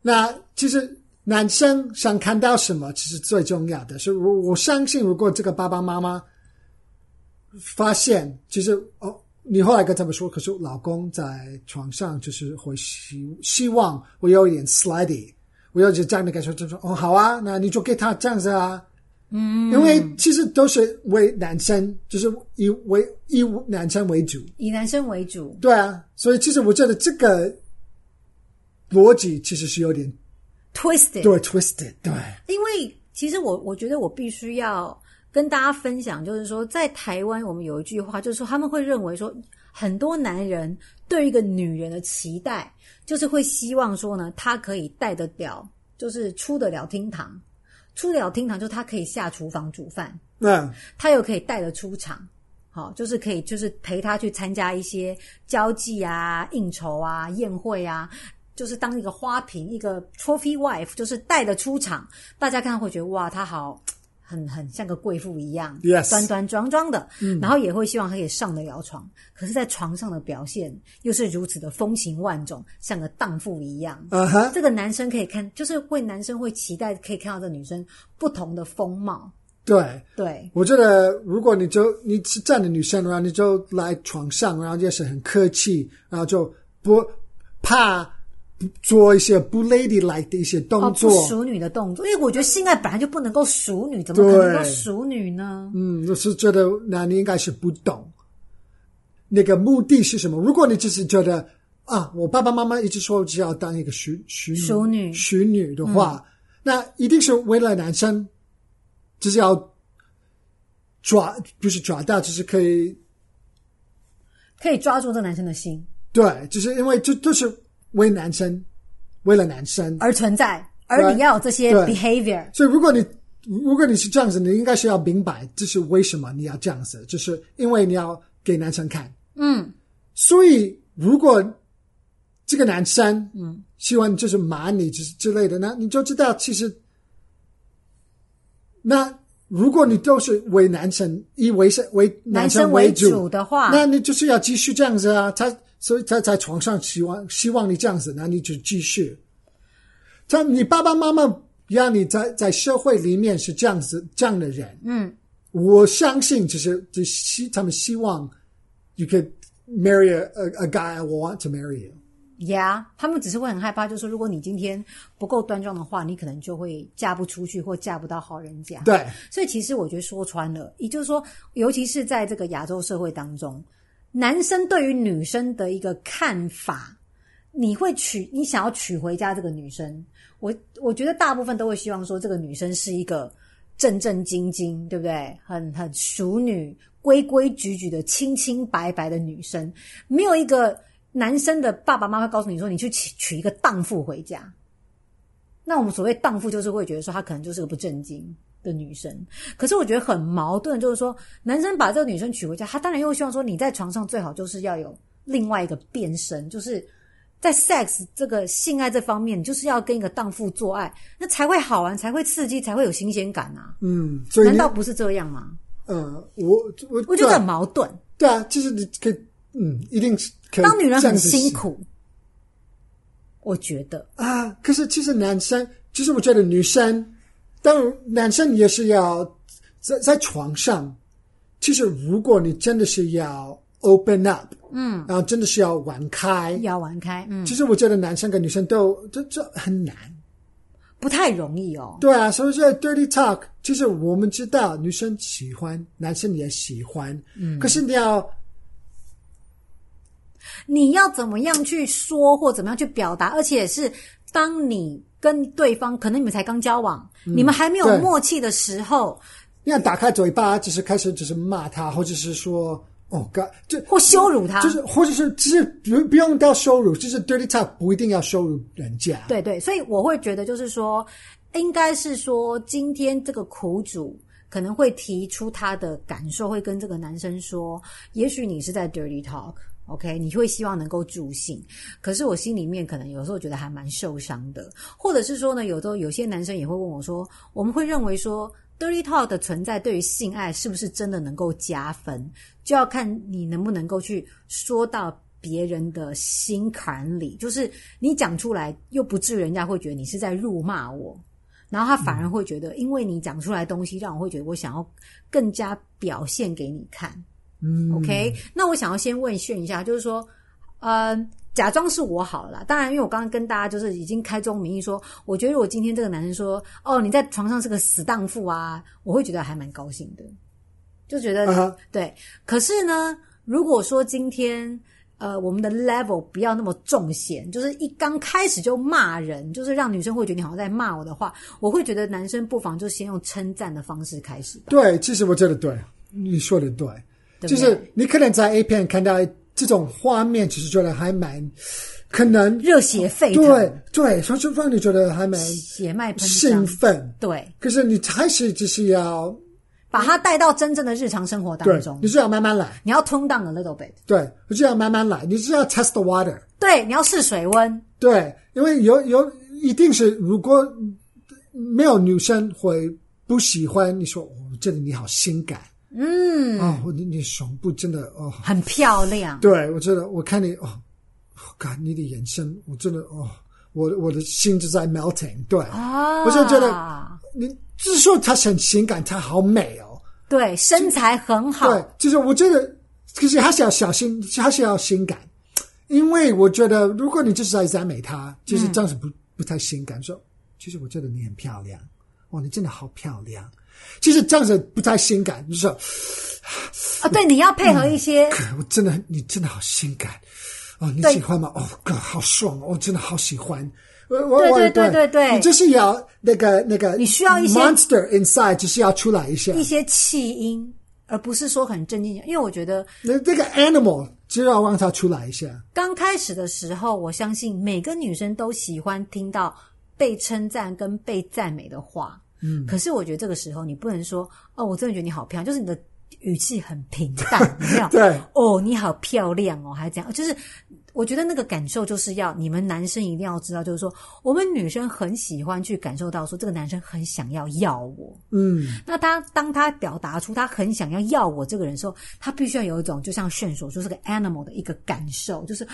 Speaker 2: 那其实男生想看到什么，其实最重要的是，我我相信，如果这个爸爸妈妈发现，其实哦。你后来跟他们说，可是老公在床上就是会希希望我有一点 slutty，我有点这样的感受，就说哦好啊，那你就给他这样子啊，
Speaker 1: 嗯
Speaker 2: 因为其实都是为男生，就是以为以男生为主，
Speaker 1: 以男生为主，
Speaker 2: 对啊，所以其实我觉得这个逻辑其实是有点
Speaker 1: twisted，
Speaker 2: 对 twisted，对，
Speaker 1: 因为其实我我觉得我必须要跟大家分享，就是说在台湾我们有一句话，就是说他们会认为说很多男人对于一个女人的期待，就是会希望说呢，她可以带得了，就是出得了厅堂，出得了厅堂，就她可以下厨房煮饭，
Speaker 2: 那
Speaker 1: 他又可以带得出场，好，就是可以就是陪他去参加一些交际啊、应酬啊、宴会啊，就是当一个花瓶，一个 trophy wife，就是带得出场，大家看到会觉得哇，她好。很很像个贵妇一样
Speaker 2: Yes
Speaker 1: 端端庄庄的，然后也会希望她可以上得了床。可是，在床上的表现又是如此的风情万种，像个荡妇一样。
Speaker 2: 啊哈，
Speaker 1: 这个男生可以看，就是会男生会期待可以看到这女生不同的风貌，
Speaker 2: 对。
Speaker 1: 对，
Speaker 2: 我觉得，如果你就你是这样的女生，然后你就来床上，然后也是很客气，然后就不怕做一些不 ladylike 的一些
Speaker 1: 哦，
Speaker 2: 动
Speaker 1: 不
Speaker 2: 作，
Speaker 1: 熟女的动作，因为我觉得性爱本来就不能够熟女，怎么可能够熟女呢？
Speaker 2: 嗯，我是觉得那你应该是不懂那个目的是什么。如果你只是觉得啊，我爸爸妈妈一直说只要当一个淑淑
Speaker 1: 淑女
Speaker 2: 淑女的话，那一定是为了男生，就是要抓，不是抓到，就是可以
Speaker 1: 可以抓住这男生的心
Speaker 2: 对，就是因为这都是为男生，为了男生。
Speaker 1: 而存在，而你要有这些
Speaker 2: 对
Speaker 1: behavior，
Speaker 2: 所以如果你如果你是这样子，你应该是要明白这是为什么你要这样子，就是因为你要给男生看。
Speaker 1: 嗯，
Speaker 2: 所以如果这个男生嗯喜欢就是骂你之之类的，那你就知道其实，那如果你都是为男生以为是为
Speaker 1: 男
Speaker 2: 生
Speaker 1: 生为
Speaker 2: 主
Speaker 1: 主的话，
Speaker 2: 那你就是要继续这样子啊，他所以他在床上希望希望你这样子，那你就继续。他你爸爸妈妈让你在在社会里面是这样子这样的人，
Speaker 1: 嗯，
Speaker 2: 我相信就是就希他们希望 you could marry a a, a guy I want to marry you。
Speaker 1: 呀、他们只是会很害怕，就是说如果你今天不够端庄的话，你可能就会嫁不出去或嫁不到好人家。
Speaker 2: 对，
Speaker 1: 所以其实我觉得说穿了，也就是说，尤其是在这个亚洲社会当中，男生对于女生的一个看法，你会娶你想要娶回家这个女生，我我觉得大部分都会希望说这个女生是一个正正经经，对不对？很很淑女、规规矩矩的、清清白白的女生，没有一个男生的爸爸妈妈告诉你说你去娶娶一个荡妇回家。那我们所谓荡妇，就是会觉得说她可能就是个不正经的女生。可是我觉得很矛盾，就是说男生把这个女生娶回家，他当然又希望说你在床上最好就是要有另外一个变身，就是在 sex 这个性爱这方面，你就是要跟一个荡妇做爱，那才会好玩，才会刺激，才会有新鲜感啊！
Speaker 2: 嗯，所以
Speaker 1: 难
Speaker 2: 你
Speaker 1: 道不是这样吗？
Speaker 2: 呃，我我
Speaker 1: 我觉得
Speaker 2: 对
Speaker 1: 很矛盾。
Speaker 2: 对啊，就是你可以嗯，一定是可以
Speaker 1: 当女人
Speaker 2: 这样
Speaker 1: 很
Speaker 2: 子
Speaker 1: 辛苦，我觉得
Speaker 2: 啊，可是其实男生，其实我觉得女生，当然男生也是要在在床上。其实如果你真的是要 open up，嗯，然后真的是要玩开，
Speaker 1: 要玩开，嗯，
Speaker 2: 其实我觉得男生跟女生都这这很难。
Speaker 1: 不太容易哦。
Speaker 2: 对啊，所以说 dirty talk，其实我们知道女生喜欢，男生也喜欢，嗯，可是你要
Speaker 1: 你要怎么样去说或怎么样去表达，而且是当你跟对方可能你们才刚交往，你们还没有
Speaker 2: 嗯对
Speaker 1: 默契的时候，
Speaker 2: 你要打开嘴巴，只是开始只是骂他，或者是说哦，God，这
Speaker 1: 或羞辱他，
Speaker 2: 就是或者是只是不不用到羞辱，就是 dirty talk 不一定要羞辱人家。，
Speaker 1: 对对，所以我会觉得就是说，应该是说今天这个苦主。可能会提出他的感受，会跟这个男生说：“也许你是在 dirty talk，OK？、你会希望能够助兴，可是我心里面可能有时候觉得还蛮受伤的，或者是说呢，有时候有些男生也会问我说，我们会认为说 dirty talk 的存在对于性爱是不是真的能够加分，就要看你能不能够去说到别人的心坎里，就是你讲出来又不至于人家会觉得你是在辱骂我。然后他反而会觉得，因为你讲出来的东西，让我会觉得我想要更加表现给你看。
Speaker 2: 嗯
Speaker 1: OK，那我想要先问炫一下，就是说，呃，假装是我好了啦。当然，因为我刚刚跟大家就是已经开宗明义说，我觉得如果今天这个男生说，哦，你在床上是个死荡妇啊，我会觉得还蛮高兴的，就觉得、
Speaker 2: 啊哈
Speaker 1: 对。可是呢，如果说今天呃我们的 level 不要那么重险，就是一刚开始就骂人，就是让女生会觉得你好像在骂我的话，我会觉得男生不妨就先用称赞的方式开始吧。
Speaker 2: 对，其实我觉得对，你说的对，
Speaker 1: 对不对
Speaker 2: 就是你可能在 A 片看到这种画面，其实觉得还蛮可能，
Speaker 1: 热血沸腾，
Speaker 2: 对对，所以就让你觉得还蛮
Speaker 1: 血脉喷
Speaker 2: 兴
Speaker 1: 张，
Speaker 2: 奋。
Speaker 1: 对，
Speaker 2: 可是你还是就是要
Speaker 1: 把它带到真正的日常生活
Speaker 2: 对
Speaker 1: 当中，。
Speaker 2: 你就要慢慢来，
Speaker 1: 你要 tone down a little bit，
Speaker 2: 对，你就要慢慢来，你就要 test the water。
Speaker 1: 对，你要试水温，
Speaker 2: 对，因为有有一定是，如果没有女生会不喜欢你说，哦，这个你好性感，嗯，哦，你你胸部真的哦，
Speaker 1: 很漂亮。
Speaker 2: 对我觉得我看你哦，God，你的眼神，我真的哦，我我的心就在 melting，对，
Speaker 1: 啊，
Speaker 2: 我就觉得你只是说她很性感，她好美哦，
Speaker 1: 对身材很好，
Speaker 2: 对，就是我觉得，可是还是要小心，还是要性感，因为我觉得，如果你就是在赞美她，其实这样子不、不太性感。说，其实我觉得你很漂亮，哇，你真的好漂亮。其实这样子不太性感，就是说
Speaker 1: 啊，对，你要配合一些，
Speaker 2: 哎我真的很，你真的好性感哦，你
Speaker 1: 对
Speaker 2: 喜欢吗？哦，哥，好爽，我、真的好喜欢。我我
Speaker 1: 对
Speaker 2: 我
Speaker 1: 对对对对
Speaker 2: 你就是要那个那个，
Speaker 1: 你需要一些
Speaker 2: monster inside，就是要出来一下，
Speaker 1: 一些气音，而不是说很正经。因为我觉得
Speaker 2: 那那个 animal 就要让它出来一下。
Speaker 1: 刚开始的时候，我相信每个女生都喜欢听到被称赞跟被赞美的话。嗯，可是我觉得这个时候你不能说哦，我真的觉得你好漂亮，就是你的语气很平淡，有没有？
Speaker 2: 对，
Speaker 1: 哦，你好漂亮哦，还怎样？就是我觉得那个感受就是要你们男生一定要知道，就是说我们女生很喜欢去感受到说这个男生很想要要我，
Speaker 2: 嗯。
Speaker 1: 那他当他表达出他很想要要我这个人的时候，他必须要有一种就像炫所说是个 animal 的一个感受，就是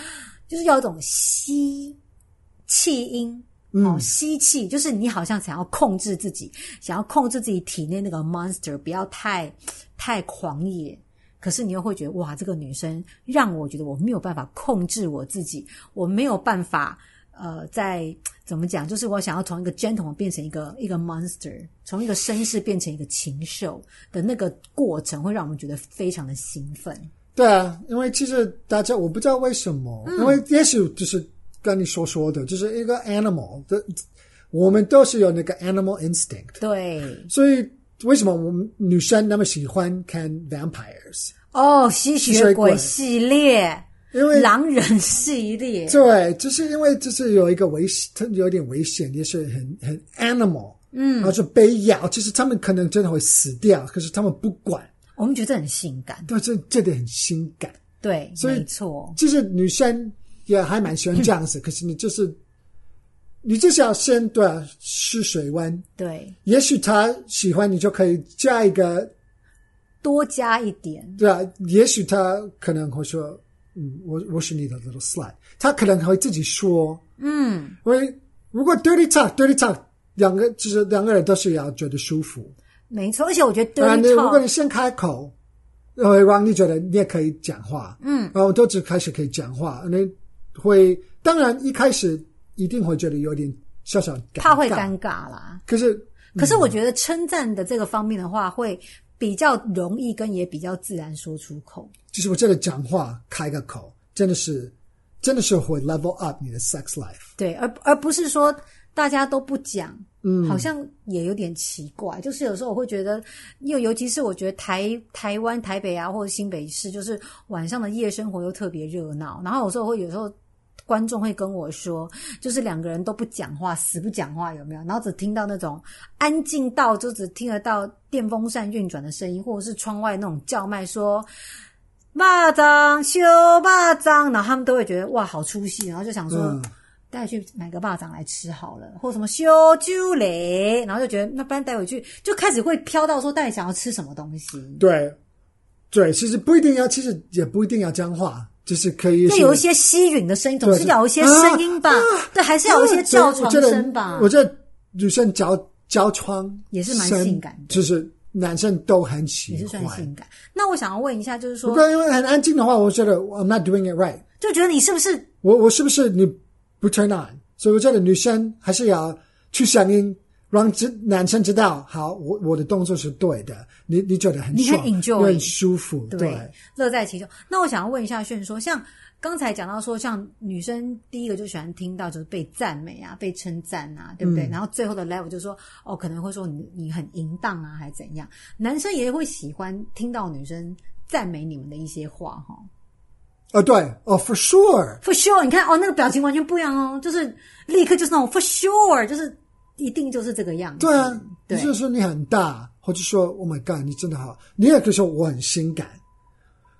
Speaker 1: 就是要有一种吸气音。哦，吸气就是你好像想要控制自己，想要控制自己体内那个 monster，不要太太狂野。可是你又会觉得，哇，这个女生让我觉得我没有办法控制我自己，我没有办法，呃，在怎么讲，就是我想要从一个 gentleman 变成一个一个 monster，从一个绅士变成一个禽兽的那个过程，会让我们觉得非常的兴奋。
Speaker 2: 对啊，因为其实大家我不知道为什么，因为也许就是跟你所说的，就是一个 animal 的，我们都是有那个 animal instinct，
Speaker 1: 对，
Speaker 2: 所以为什么我们女生那么喜欢看 vampires？
Speaker 1: 哦，吸血鬼
Speaker 2: 吸血鬼
Speaker 1: 系列、
Speaker 2: 因为
Speaker 1: 狼人系列，
Speaker 2: 对，就是因为就是有一个危险，它有点危险，也是很很 animal，嗯，然后就被咬，其实他们可能真的会死掉，可是他们不管，
Speaker 1: 我们觉得很性感。
Speaker 2: 对，这这点很性感。
Speaker 1: 对，
Speaker 2: 所以
Speaker 1: 没错。
Speaker 2: 就是女生也还蛮喜欢这样子，可是你就是你就是要先对啊试水温，
Speaker 1: 对，
Speaker 2: 也许她喜欢你就可以加一个
Speaker 1: 多加一点。
Speaker 2: 对啊，也许她可能会说嗯我我是你的 little slut，她可能会自己说
Speaker 1: 嗯，
Speaker 2: 因为如果 dirty talk dirty talk 两个就是两个人都是要觉得舒服，
Speaker 1: 没错。而且我觉得
Speaker 2: 当然
Speaker 1: dirty
Speaker 2: 你如果你
Speaker 1: talk，
Speaker 2: 先开口，会让你觉得你也可以讲话，
Speaker 1: 嗯，
Speaker 2: 然后哦都只开始可以讲话，你会当然一开始一定会觉得有点小小尴尬，嗯
Speaker 1: 怕会尴尬啦。
Speaker 2: 可是
Speaker 1: 可是我觉得称赞的这个方面的话，会比较容易跟也比较自然说出口。
Speaker 2: 就是我觉得讲话开个口真的是真的是会 level up 你的 sex life，
Speaker 1: 对，而而不是说大家都不讲，嗯，好像也有点奇怪。就是有时候我会觉得，又尤其是我觉得台台湾台北啊，或者新北市，就是晚上的夜生活又特别热闹，然后有时候会有时候。观众会跟我说，就是两个人都不讲话，死不讲话，有没有？然后只听到那种安静到就只听得到电风扇运转的声音，或者是窗外那种叫卖说蚂蚱修蚂蚱，然后他们都会觉得哇好出戏，然后就想说、
Speaker 2: 嗯
Speaker 1: 带去买个蚂蚱来吃好了，或什么修酒雷，然后就觉得那不然带回去，就开始会飘到说到底想要吃什么东西。
Speaker 2: 对对，其实不一定要，其实也不一定要讲话，就是可以
Speaker 1: 那
Speaker 2: 是
Speaker 1: 有一些吸吮的声音，总是要有一些声音
Speaker 2: 啊
Speaker 1: 吧？对，还是要有一些叫床声吧？
Speaker 2: 我觉得女生叫叫床
Speaker 1: 也是蛮
Speaker 2: 声
Speaker 1: 性感的
Speaker 2: 就是男生都很喜
Speaker 1: 也
Speaker 2: 欢。
Speaker 1: 是算性感。那我想要问一下，就是
Speaker 2: 不
Speaker 1: 说，
Speaker 2: 过因为很安静的话，我觉得 I'm not doing it right
Speaker 1: 就觉得你是不是
Speaker 2: 我。我是不是你不 turn on？所以我觉得女生还是要去响应，让知男生知道，好，我我的动作是对的，你你觉得很
Speaker 1: 你很
Speaker 2: 爽，
Speaker 1: enjoy
Speaker 2: 很舒服，对。
Speaker 1: 对，乐在其中。那我想要问一下炫说，像刚才讲到说，像女生第一个就喜欢听到就是被赞美啊，被称赞啊，对不
Speaker 2: 嗯
Speaker 1: 对？然后最后的 level 就说，哦，可能会说你你很淫荡啊，还怎样？男生也会喜欢听到女生赞美你们的一些话哈、
Speaker 2: 呃，对，哦，for sure，
Speaker 1: For sure，你看哦，那个表情完全不一样哦，就是立刻就是那种 for sure，就是一定就是这个样子。
Speaker 2: 对啊，
Speaker 1: 对
Speaker 2: 你就是说你很大，或者说 Oh my God，你真的好，你也可以说我很性感。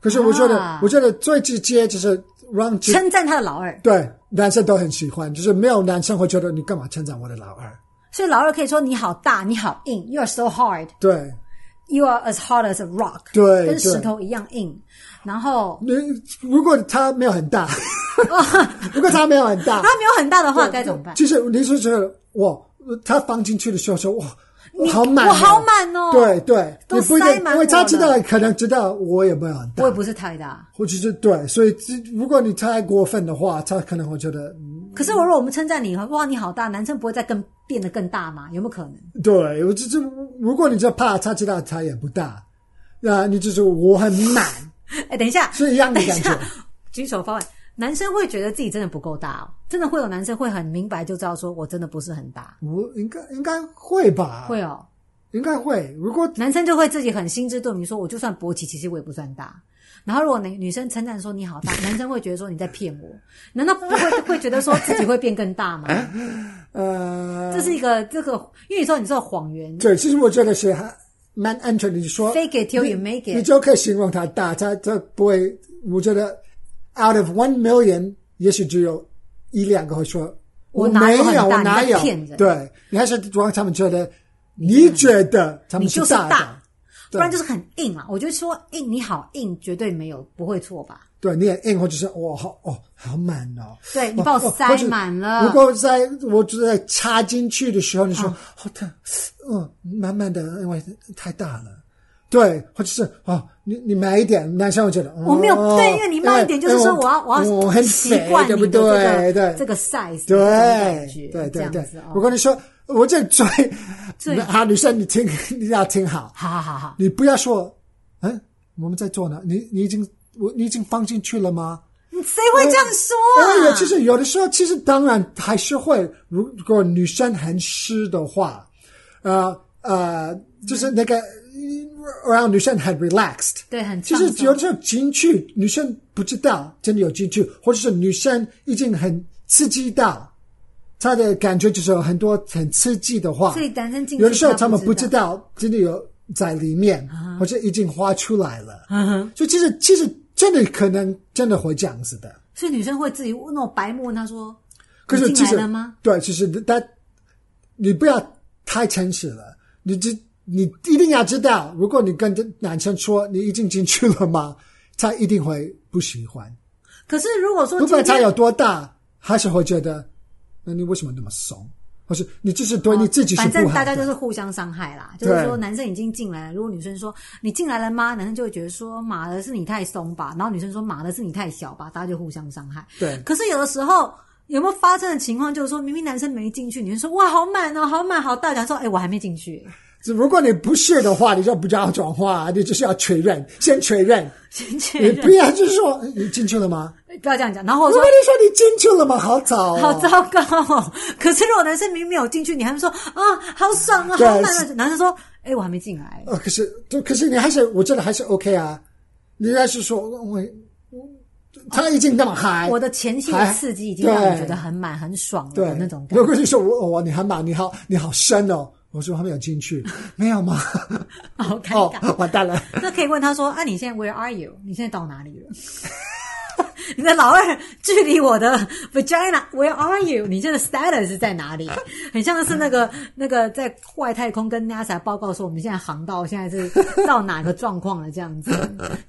Speaker 2: 可是我觉得，
Speaker 1: 啊
Speaker 2: 我觉得最直接就是让其
Speaker 1: 称赞他的老二，
Speaker 2: 对男生都很喜欢，就是没有男生会觉得你干嘛称赞我的老二？
Speaker 1: 所以老二可以说你好大，你好硬，You are so hard。
Speaker 2: 对，
Speaker 1: You are as hard as a rock，
Speaker 2: 对
Speaker 1: 跟石
Speaker 2: 对
Speaker 1: 头一样硬。然后
Speaker 2: 你如果他没有很大，如果他没有很大，
Speaker 1: 他没有很大的哦话，该怎么办？
Speaker 2: 其实你是觉得哇，他放进去的时候说哇，好满、
Speaker 1: 我好满哦
Speaker 2: 对对，
Speaker 1: 都
Speaker 2: 你不一定
Speaker 1: 塞满
Speaker 2: 因为
Speaker 1: 我
Speaker 2: 他
Speaker 1: 了
Speaker 2: 知道，可能知道我也没有很大
Speaker 1: 我也，不是太大，
Speaker 2: 或者是对，所以这如果你太过分的话，他可能会觉得嗯
Speaker 1: 可是我如果我们称赞你，哇，你好大，男生不会再更变得更大吗？有没有可能？
Speaker 2: 对，我这这如果你就怕他知道他也不大，那你就是我很满，
Speaker 1: 哎，等一下，
Speaker 2: 是一样的
Speaker 1: 等一
Speaker 2: 感觉
Speaker 1: 下。，举手发问。男生会觉得自己真的不够大哦，真的会有男生会很明白就知道说我真的不是很大，
Speaker 2: 我应该应该会吧，
Speaker 1: 会哦。
Speaker 2: 应该会。如果
Speaker 1: 男生就会自己很心知肚明，说我就算勃起，其实我也不算大。然后如果女女生称赞说你好大，男生会觉得说你在骗我，难道不会会觉得说自己会变更大 吗？
Speaker 2: 哎呃，
Speaker 1: 这是一个这个，因为你说你说谎言
Speaker 2: 对，其实我觉得是还蛮安全的。你说
Speaker 1: ，fake it till you make
Speaker 2: 你
Speaker 1: it，
Speaker 2: 就可以形容它大，它它不会。我觉得 out of one million，也许只有一两个会说
Speaker 1: 我哪
Speaker 2: 没
Speaker 1: 有很大
Speaker 2: 有，我
Speaker 1: 你在
Speaker 2: 哪有
Speaker 1: 骗？人
Speaker 2: 对，你还是让他们觉得你觉得他
Speaker 1: 你
Speaker 2: 们
Speaker 1: 就是
Speaker 2: 大的，
Speaker 1: 大，不
Speaker 2: 对
Speaker 1: 然就是很硬啊。我觉得说硬你好硬，绝对没有不会错吧？
Speaker 2: 对，你很硬，或者是哇好哦好满哦，
Speaker 1: 对你把我
Speaker 2: 哦
Speaker 1: 塞
Speaker 2: 或者
Speaker 1: 满了
Speaker 2: 如果在我就在插进去的时候，你说哦好疼，嗯，慢慢的，因为太大了。对，或者是哦，你你慢一点，男生会觉得、
Speaker 1: 我没有
Speaker 2: 哦
Speaker 1: 对，因为你慢一点，就是说
Speaker 2: 因为
Speaker 1: 我要我
Speaker 2: 因为
Speaker 1: 要
Speaker 2: 很
Speaker 1: 习
Speaker 2: 肥
Speaker 1: 惯
Speaker 2: 对
Speaker 1: 你
Speaker 2: 不
Speaker 1: 的这
Speaker 2: 对？
Speaker 1: 个
Speaker 2: 对
Speaker 1: 这个 size，
Speaker 2: 对
Speaker 1: 的感觉
Speaker 2: 对
Speaker 1: 这
Speaker 2: 对
Speaker 1: 样
Speaker 2: 对
Speaker 1: 子。
Speaker 2: 我
Speaker 1: 哦。
Speaker 2: 跟你说，我这最
Speaker 1: 最
Speaker 2: 好女生，你听你要听好，
Speaker 1: 好好好好，
Speaker 2: 你不要说，嗯，我们在做呢，你你已经我你已经放进去了吗？
Speaker 1: 你谁会这样说
Speaker 2: 因为
Speaker 1: 啊？
Speaker 2: 其实哎有的时候，其实当然还是会，如果女生很湿的话，呃呃，就是那个呃让女生很 relaxed。
Speaker 1: 对很
Speaker 2: 其
Speaker 1: 放
Speaker 2: 实
Speaker 1: 松
Speaker 2: 有的时候进去，女生不知道真的有进去，或者是女生已经很刺激到，她的感觉就是有很多很刺激的话。
Speaker 1: 所以男生进去
Speaker 2: 有的时候他们
Speaker 1: 不
Speaker 2: 不知道啊真的有在里面，或者已经花出来了。所以其实其实真的可能真的会这样子的。
Speaker 1: 所以女生会自己问那种白目问他说：“
Speaker 2: 可是
Speaker 1: 你
Speaker 2: 其
Speaker 1: 进来
Speaker 2: 实
Speaker 1: 了吗
Speaker 2: 对，其实但你不要太诚实了，你只你一定要知道，如果你跟男生说你已经进去了吗， 他一定会不喜欢。？”
Speaker 1: 可是如果说
Speaker 2: 不
Speaker 1: 今
Speaker 2: 管他
Speaker 1: 天
Speaker 2: 有多大，还是会觉得，那你为什么那么怂？或是你就是对你自己
Speaker 1: 哦
Speaker 2: 是
Speaker 1: 反
Speaker 2: 不
Speaker 1: 正
Speaker 2: 好
Speaker 1: 大家就
Speaker 2: 的。
Speaker 1: 是互相伤害啦，就是
Speaker 2: 对
Speaker 1: 说男生已经进来了，如果女生说你进来了吗？男生就会觉得说马的是你太松吧，然后女生说马的是你太小吧，大家就互相伤害。
Speaker 2: 对
Speaker 1: 可是有的时候有没有发生的情况，就是说明明男生没进去，女生说哇好满哦，好满好大，讲说哎、我还没进去，
Speaker 2: 如果你不是的话，你就不要转化，你就是要确认，先确认，
Speaker 1: 先确
Speaker 2: 你
Speaker 1: 认
Speaker 2: 不要就是说你进去了吗？
Speaker 1: 不要这样讲。然后我
Speaker 2: 如
Speaker 1: 说
Speaker 2: 果你说你进去了吗？好早、哦，
Speaker 1: 好糟糕、哦！可是如果男生明明没有进去，你还会说啊，好爽啊，好
Speaker 2: 对
Speaker 1: 满啊
Speaker 2: 是！
Speaker 1: 男生说，哎、我还没进来。
Speaker 2: 呃，可是，就可是你还是，我觉得还是 OK 啊。你要是说我，他已经那么嗨，
Speaker 1: 我的前戏的刺激已经
Speaker 2: 还
Speaker 1: 让我
Speaker 2: 哎对
Speaker 1: 觉得很满很爽了
Speaker 2: 对
Speaker 1: 的那种感
Speaker 2: 如果你说我我你还满，你好你好深哦，我说还没有进 去，没有吗？
Speaker 1: 觉，好尴
Speaker 2: 哦
Speaker 1: 尬。，
Speaker 2: 完蛋了。
Speaker 1: 那可以问他说，啊，你现在 Where are you？你现在到哪里了？ 你的老二距离我的 vagina，Where are you？你现在的 status 是在哪里？很像是那个那个在外太空跟 NASA 报告说，我们现在航道现在是到哪个状况了这样子。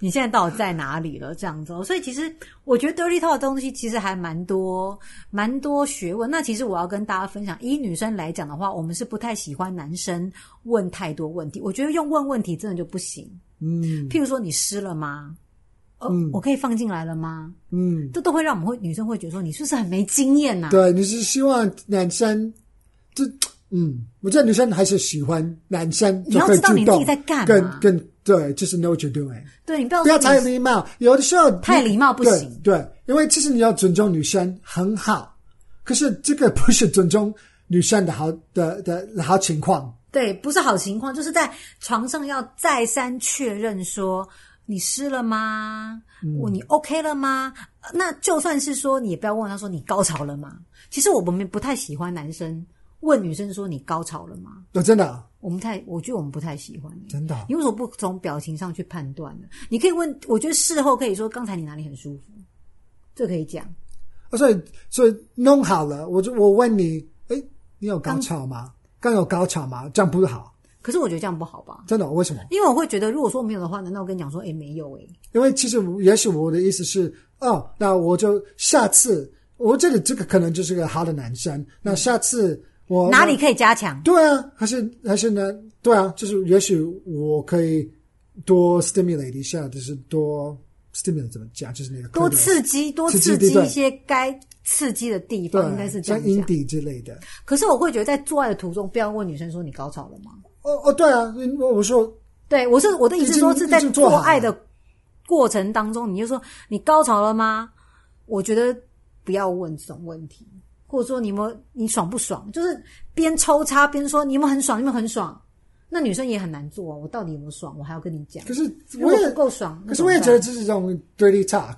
Speaker 1: 你现在到底在哪里了这样子哦？所以其实我觉得 dirty talk 的东西其实还蛮多蛮多学问。那其实我要跟大家分享，以女生来讲的话，我们是不太喜欢男生问太多问题。我觉得用问问题真的就不行。
Speaker 2: 嗯
Speaker 1: 譬如说你湿了吗？呃，
Speaker 2: 嗯
Speaker 1: 我可以放进来了吗？
Speaker 2: 嗯，
Speaker 1: 这都会让我们会女生会觉得说你是不是很没经验呐、
Speaker 2: 对，你是希望男生，这嗯，我觉得女生还是喜欢男生
Speaker 1: 你
Speaker 2: 就
Speaker 1: 要
Speaker 2: 会
Speaker 1: 知道
Speaker 2: 主
Speaker 1: 你自己
Speaker 2: 动，
Speaker 1: 在干嘛
Speaker 2: 更更对，就是 know what you're doing。
Speaker 1: 对你不要
Speaker 2: 不要
Speaker 1: 说
Speaker 2: 太
Speaker 1: 你
Speaker 2: 礼貌，有的时候你
Speaker 1: 太礼貌不行
Speaker 2: 对。对，因为其实你要尊重女生很好，可是这个不是尊重女生的好的的的好情况。
Speaker 1: 对，不是好情况，就是在床上要再三确认说，你湿了吗？
Speaker 2: 嗯
Speaker 1: 我你 OK 了吗？呃那就算是说你也不要问他说你高潮了吗？其实我们不太喜欢男生问女生说你高潮了吗？
Speaker 2: 哦，真的啊
Speaker 1: 我们太，我觉得我们不太喜欢、欸
Speaker 2: 真的啊
Speaker 1: 你为什么不从表情上去判断呢？你可以问，我觉得事后可以说刚才你哪里很舒服，这可以讲。
Speaker 2: 啊所以所以弄好了，我就我问你，哎，你有高潮吗？刚有高潮吗？这样不好，
Speaker 1: 可是我觉得这样不好吧？
Speaker 2: 真的？为什么？
Speaker 1: 因为我会觉得，如果说没有的话，难道我跟你讲说，哎、没有哎、
Speaker 2: 因为其实也许我的意思是，哦，那我就下次，我这里这个可能就是个好的男生，那下次我
Speaker 1: 哪里可以加强？
Speaker 2: 哦对啊，还是还是呢？对啊，就是也许我可以多 stimulate 一下，就是多 stimulate 怎么讲？就是那个
Speaker 1: 多
Speaker 2: clitoris
Speaker 1: 刺激，多刺
Speaker 2: 刺
Speaker 1: 激
Speaker 2: 激对
Speaker 1: 一些该刺激的地
Speaker 2: 对
Speaker 1: 方，，应该是这
Speaker 2: 像
Speaker 1: 样
Speaker 2: 阴
Speaker 1: 讲。
Speaker 2: 蒂之类的。
Speaker 1: 可是我会觉得，在做爱的途中，不要问女生说你高潮了吗？
Speaker 2: 哦哦，对啊，我我说
Speaker 1: 对我是我的意思是
Speaker 2: 已经
Speaker 1: 说是在
Speaker 2: 已经做
Speaker 1: 做
Speaker 2: 好了
Speaker 1: 爱的过程当中，你就说你高潮了吗？我觉得不要问这种问题，或者说你有没有你爽不爽？就是边抽插边说你有没有很爽，你有没有很爽？那女生也很难做、啊，我到底有没有爽？我还要跟你讲。
Speaker 2: 可是
Speaker 1: 如
Speaker 2: 我
Speaker 1: 果
Speaker 2: 也
Speaker 1: 不够爽，
Speaker 2: 可是我也觉得
Speaker 1: 那怎么
Speaker 2: 这是一种 dirty talk，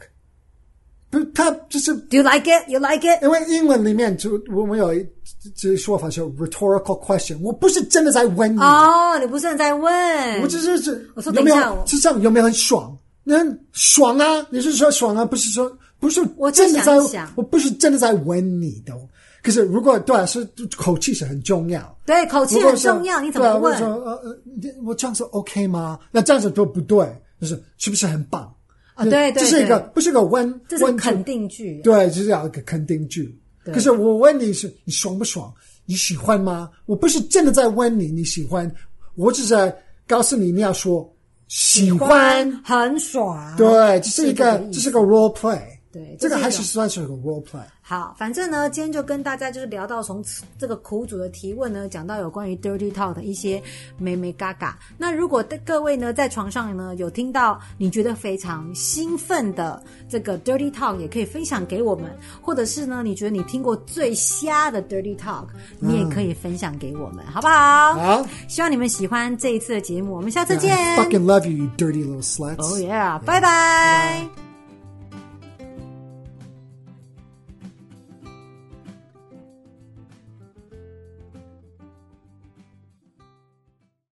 Speaker 2: 不是他就是
Speaker 1: 办 Do you like it? You like it?
Speaker 2: 因为英文里面就我们有一这说法叫 rhetorical question，我不是真的在问你，
Speaker 1: 哦、你不是很在问，
Speaker 2: 我只是是
Speaker 1: 我说
Speaker 2: 有没
Speaker 1: 等一下我
Speaker 2: 有是这样有没有很爽？那爽啊，你是说爽啊，不是说不是
Speaker 1: 我再
Speaker 2: 真的在
Speaker 1: 想一想
Speaker 2: 我不是真的在问你的。可是如果对啊，是口气是很重要。
Speaker 1: 对口气
Speaker 2: 如果
Speaker 1: 很
Speaker 2: 是
Speaker 1: 重要，你怎么
Speaker 2: 对啊
Speaker 1: 问？
Speaker 2: 我说呃呃，你我这样子 OK 吗？那这样子都不对，就是是不是很棒？
Speaker 1: 啊对对
Speaker 2: 这是一个
Speaker 1: 对
Speaker 2: 不是一个问
Speaker 1: 这是
Speaker 2: 问句
Speaker 1: 肯定句。
Speaker 2: 对，就是要一个肯定句。
Speaker 1: 对
Speaker 2: 可是我问你是你爽不爽？你喜欢吗？我不是真的在问你你喜欢，我只是在告诉你你要说喜欢。
Speaker 1: 很爽，
Speaker 2: 对，这是一个
Speaker 1: 这啊个意思
Speaker 2: 这是个 role play。
Speaker 1: 对这
Speaker 2: 这
Speaker 1: 是
Speaker 2: 个
Speaker 1: 一
Speaker 2: 还
Speaker 1: 种
Speaker 2: 是算是个 role play。
Speaker 1: 好，反正呢，今天就跟大家就是聊到从此这个苦主的提问呢，讲到有关于 dirty talk 的一些美美嘎嘎。那如果各位呢在床上呢有听到你觉得非常兴奋的这个 dirty talk，也可以分享给我们，或者是呢你觉得你听过最瞎的 dirty talk，你也可以分享给我们，好不好？
Speaker 2: 好，
Speaker 1: 希望你们喜欢这一次的节目，我们下次见
Speaker 2: I。fucking love you, you dirty little sluts.
Speaker 1: Oh yeah，拜拜。